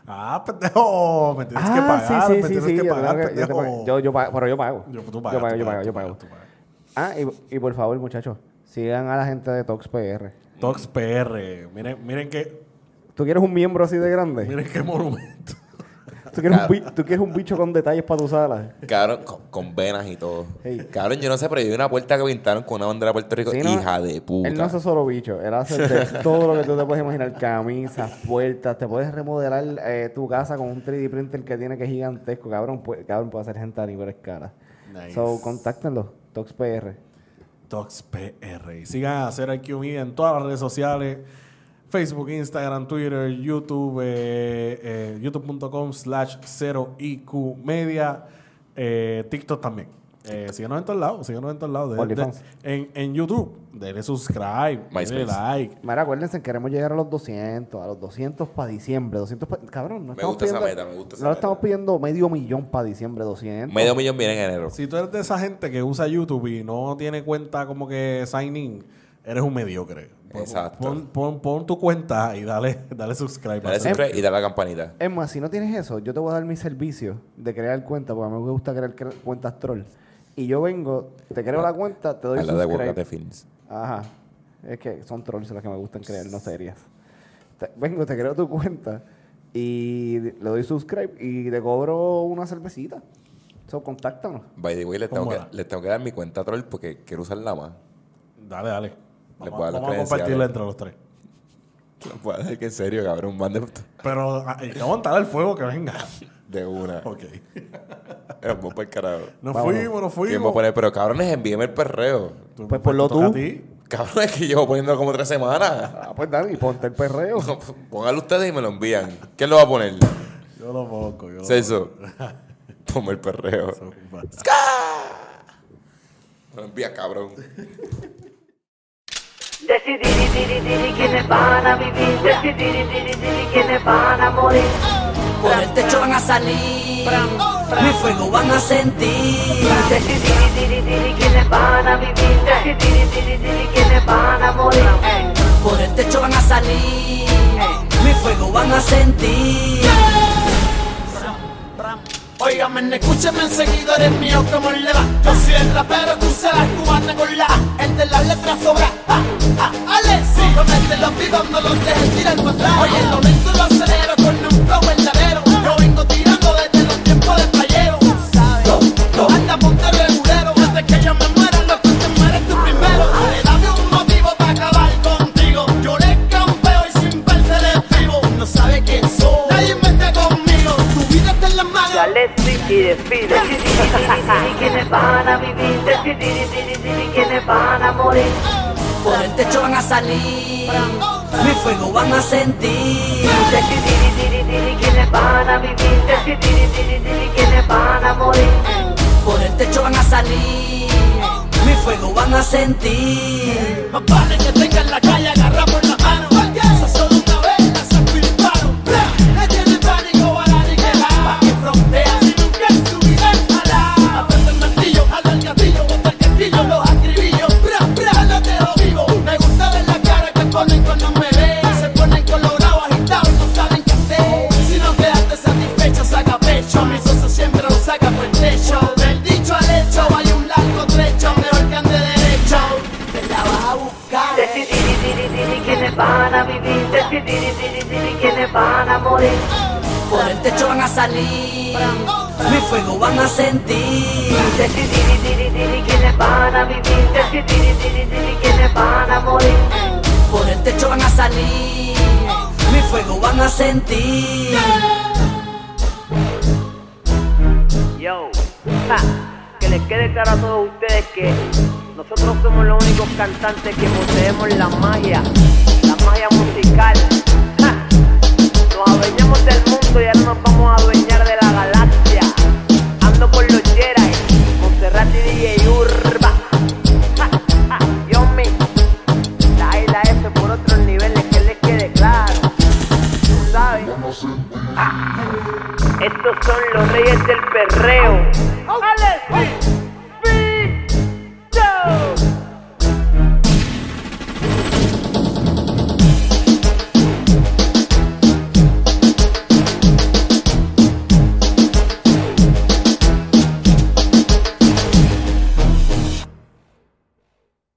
S2: Ah, pendejo, me tienes que
S3: Ah,
S2: pagar, me tienes que
S3: yo
S2: pagar,
S3: tengo que- yo tengo que-
S2: pendejo.
S3: yo, yo pago, pero yo pago.
S2: Yo- pues, tú
S3: Yo
S2: pagas,
S3: pago,
S2: tú
S3: yo pago,
S2: pagas,
S3: yo
S2: tú pagas,
S3: pago.
S2: tú pagas.
S3: Ah, y, y por favor, muchachos, sigan a la gente de Tox PR.
S2: Tox PR, miren, miren qué,
S3: ¿Tú quieres un miembro así de grande?
S2: miren qué monumento.
S3: ¿Tú quieres, un, bi- tú quieres un bicho con detalles para tu sala?
S1: Cabrón, con, con venas y todo.
S3: Hey.
S1: Cabrón, yo no sé, pero yo vi una puerta que pintaron con una bandera de Puerto Rico.
S3: Sí, ¿no?
S1: Hija de puta.
S3: Él no hace solo bicho, él hace de todo lo que tú te puedes imaginar, camisas, puertas, te puedes remodelar eh, tu casa con un 3D printer que tiene que es gigantesco, cabrón, puede, cabrón, puede hacer gente a niveles caras.
S2: Nice.
S3: So, contáctenlo, Tox PR.
S2: Tox PR. Y sigan a hacer IQ Media en todas las redes sociales. Facebook, Instagram, Twitter, YouTube, eh, eh, youtube.com slash 0IQ Media, eh, TikTok también. Eh, síguenos en todos lados, síguenos en todos lados. De- de-
S3: OnlyFans.
S2: en, en YouTube, denle subscribe, denle
S1: MySpace.
S2: like.
S3: Mira, acuérdense, queremos llegar a los 200, a los 200 para diciembre, 200 pa- Cabrón,
S1: Me
S3: no estamos
S1: gusta esa
S3: pidiendo...
S1: meta, me gusta esa
S3: no
S1: meta.
S3: estamos pidiendo medio millón para diciembre, 200.
S1: Medio millón viene en enero.
S2: Si tú eres de esa gente que usa YouTube y no tiene cuenta como que sign in, eres un mediocre. Pon-
S1: Exacto.
S2: Pon, pon- pon tu cuenta y dale, dale subscribe.
S1: Dale subscribe y dale a la campanita.
S3: Es más, si no tienes eso, yo te voy a dar mi servicio de crear cuenta, porque a mí me gusta crear cre- cuentas troll. Y yo vengo, te creo la cuenta, te doy
S1: Ah, A la de
S3: subscribe.
S1: Aguacate Films.
S3: Ajá. Es que son trolls las que me gustan crear, no serias. Te- vengo, te creo tu cuenta y le doy subscribe y te cobro una cervecita. So, contáctanos.
S1: By the way, les tengo,
S2: ¿Cómo
S1: que,
S2: era?
S1: les tengo que dar mi cuenta troll porque quiero usarla más.
S2: Dale, dale.
S1: Les
S2: Vamos,
S1: voy a dar las
S2: vamos a compartirla
S1: credenciales.
S2: entre los tres.
S1: No puedo dejar que en serio, cabrón. Van de,
S2: Pero ah, hay que aguantar el fuego que venga.
S1: de una.
S2: Ok.
S1: Nos vamos para el carajo.
S2: Nos
S3: Vamos.
S2: fuimos, nos
S1: ¿Quién va a
S2: fuimos.
S1: poner? Pero cabrones, envíenme el perreo.
S2: Tú-
S3: Pues ponlo
S2: te toca
S3: tú.
S2: a ti.
S1: Cabrones, que llevo poniéndolo como tres semanas.
S3: Ah, pues Dani, ponte el perreo.
S1: Pónganlo ustedes y me lo envían. ¿Quién lo va a poner?
S2: Yo lo pongo. Yo lo
S1: Celso. Ponme el perreo.
S2: pongo.
S1: Me lo envía, cabrón.
S4: Decidí, decidí, decidí quiénes van a vivir. Decidí, decidí, decidí quiénes van a morir.
S5: Por el techo van a salir, mi fuego van a sentir.
S4: Decidí, decidí, decidí quiénes van a vivir. Decidí, decidí, decidí quiénes van a morir.
S5: Por el techo van a salir, mi fuego van a sentir.
S6: Óigame, escúcheme, seguidores míos, cómo le va. Yo soy el rapero que usa las cubanas con la A. El de las letras sobra. Ah, ah, ale, sí. Promete los vivos, no los dejes tirando atrás. Oye, el momento lo acelero con un flow verdadero. Yo vengo tirando desde los tiempos de playero. Yo hasta ponte regulero. Antes que yo me muera, lo que te mueres tú primero. Ale, dame un motivo para acabar contigo. Yo le campeo y sin verse de vivo. No sabe quién soy. Nadie me esté conmigo. Tu vida está en las manos.
S4: y despide. Decidí, decidí, decidí quiénes van a vivir. Decidí, decidí, decidí quiénes van a morir.
S5: Por el techo van a salir, mi fuego van a sentir.
S4: Decidí, decidí, decidí quiénes van a vivir. Decidí, decidí, decidí quiénes van a morir.
S5: Por el techo van a salir, mi fuego van a sentir.
S6: Más vale que tenga en la calle agarra por la mano Esa solo una vez, la saco y disparo Bla, Le tiene pánico a la ligera Pa' que frontea si nunca en su vida estará Aprende el martillo, jala el gatillo, bota el castillo Los acribillos, bra, bra, los dejo vivo Me gusta ver la cara que ponen cuando me ven Se ponen colorados, agitados, no saben qué hacer Si no quedaste satisfecho, saca pecho Mi socio siempre lo saca por el techo Del dicho al hecho hay un largo trecho Mejor que ande derecho
S5: Te la vas a buscar,
S4: Decidí, decidí, decidí quiénes van a vivir. Decidí, decidí, decidí quiénes van a morir.
S5: por el techo van a salir, mi fuego van a sentir.
S4: Decidí, decidí, decidí quiénes van a vivir. Decidí, decidí, decidí quiénes van a morir.
S5: Por el techo van a salir, mi fuego van a sentir.
S7: Yo, ja, que les quede claro a todos ustedes que nosotros somos los únicos cantantes que poseemos la magia, la magia musical. Ja, nos adueñamos del mundo y ahora nos vamos a adueñar de la galaxia. Ando con los Jedi, Montserrat y DJ Urba. Ja, ja, yo me, la A y la F por otros niveles que les quede claro. Tú sabes. Estos son los reyes del perreo.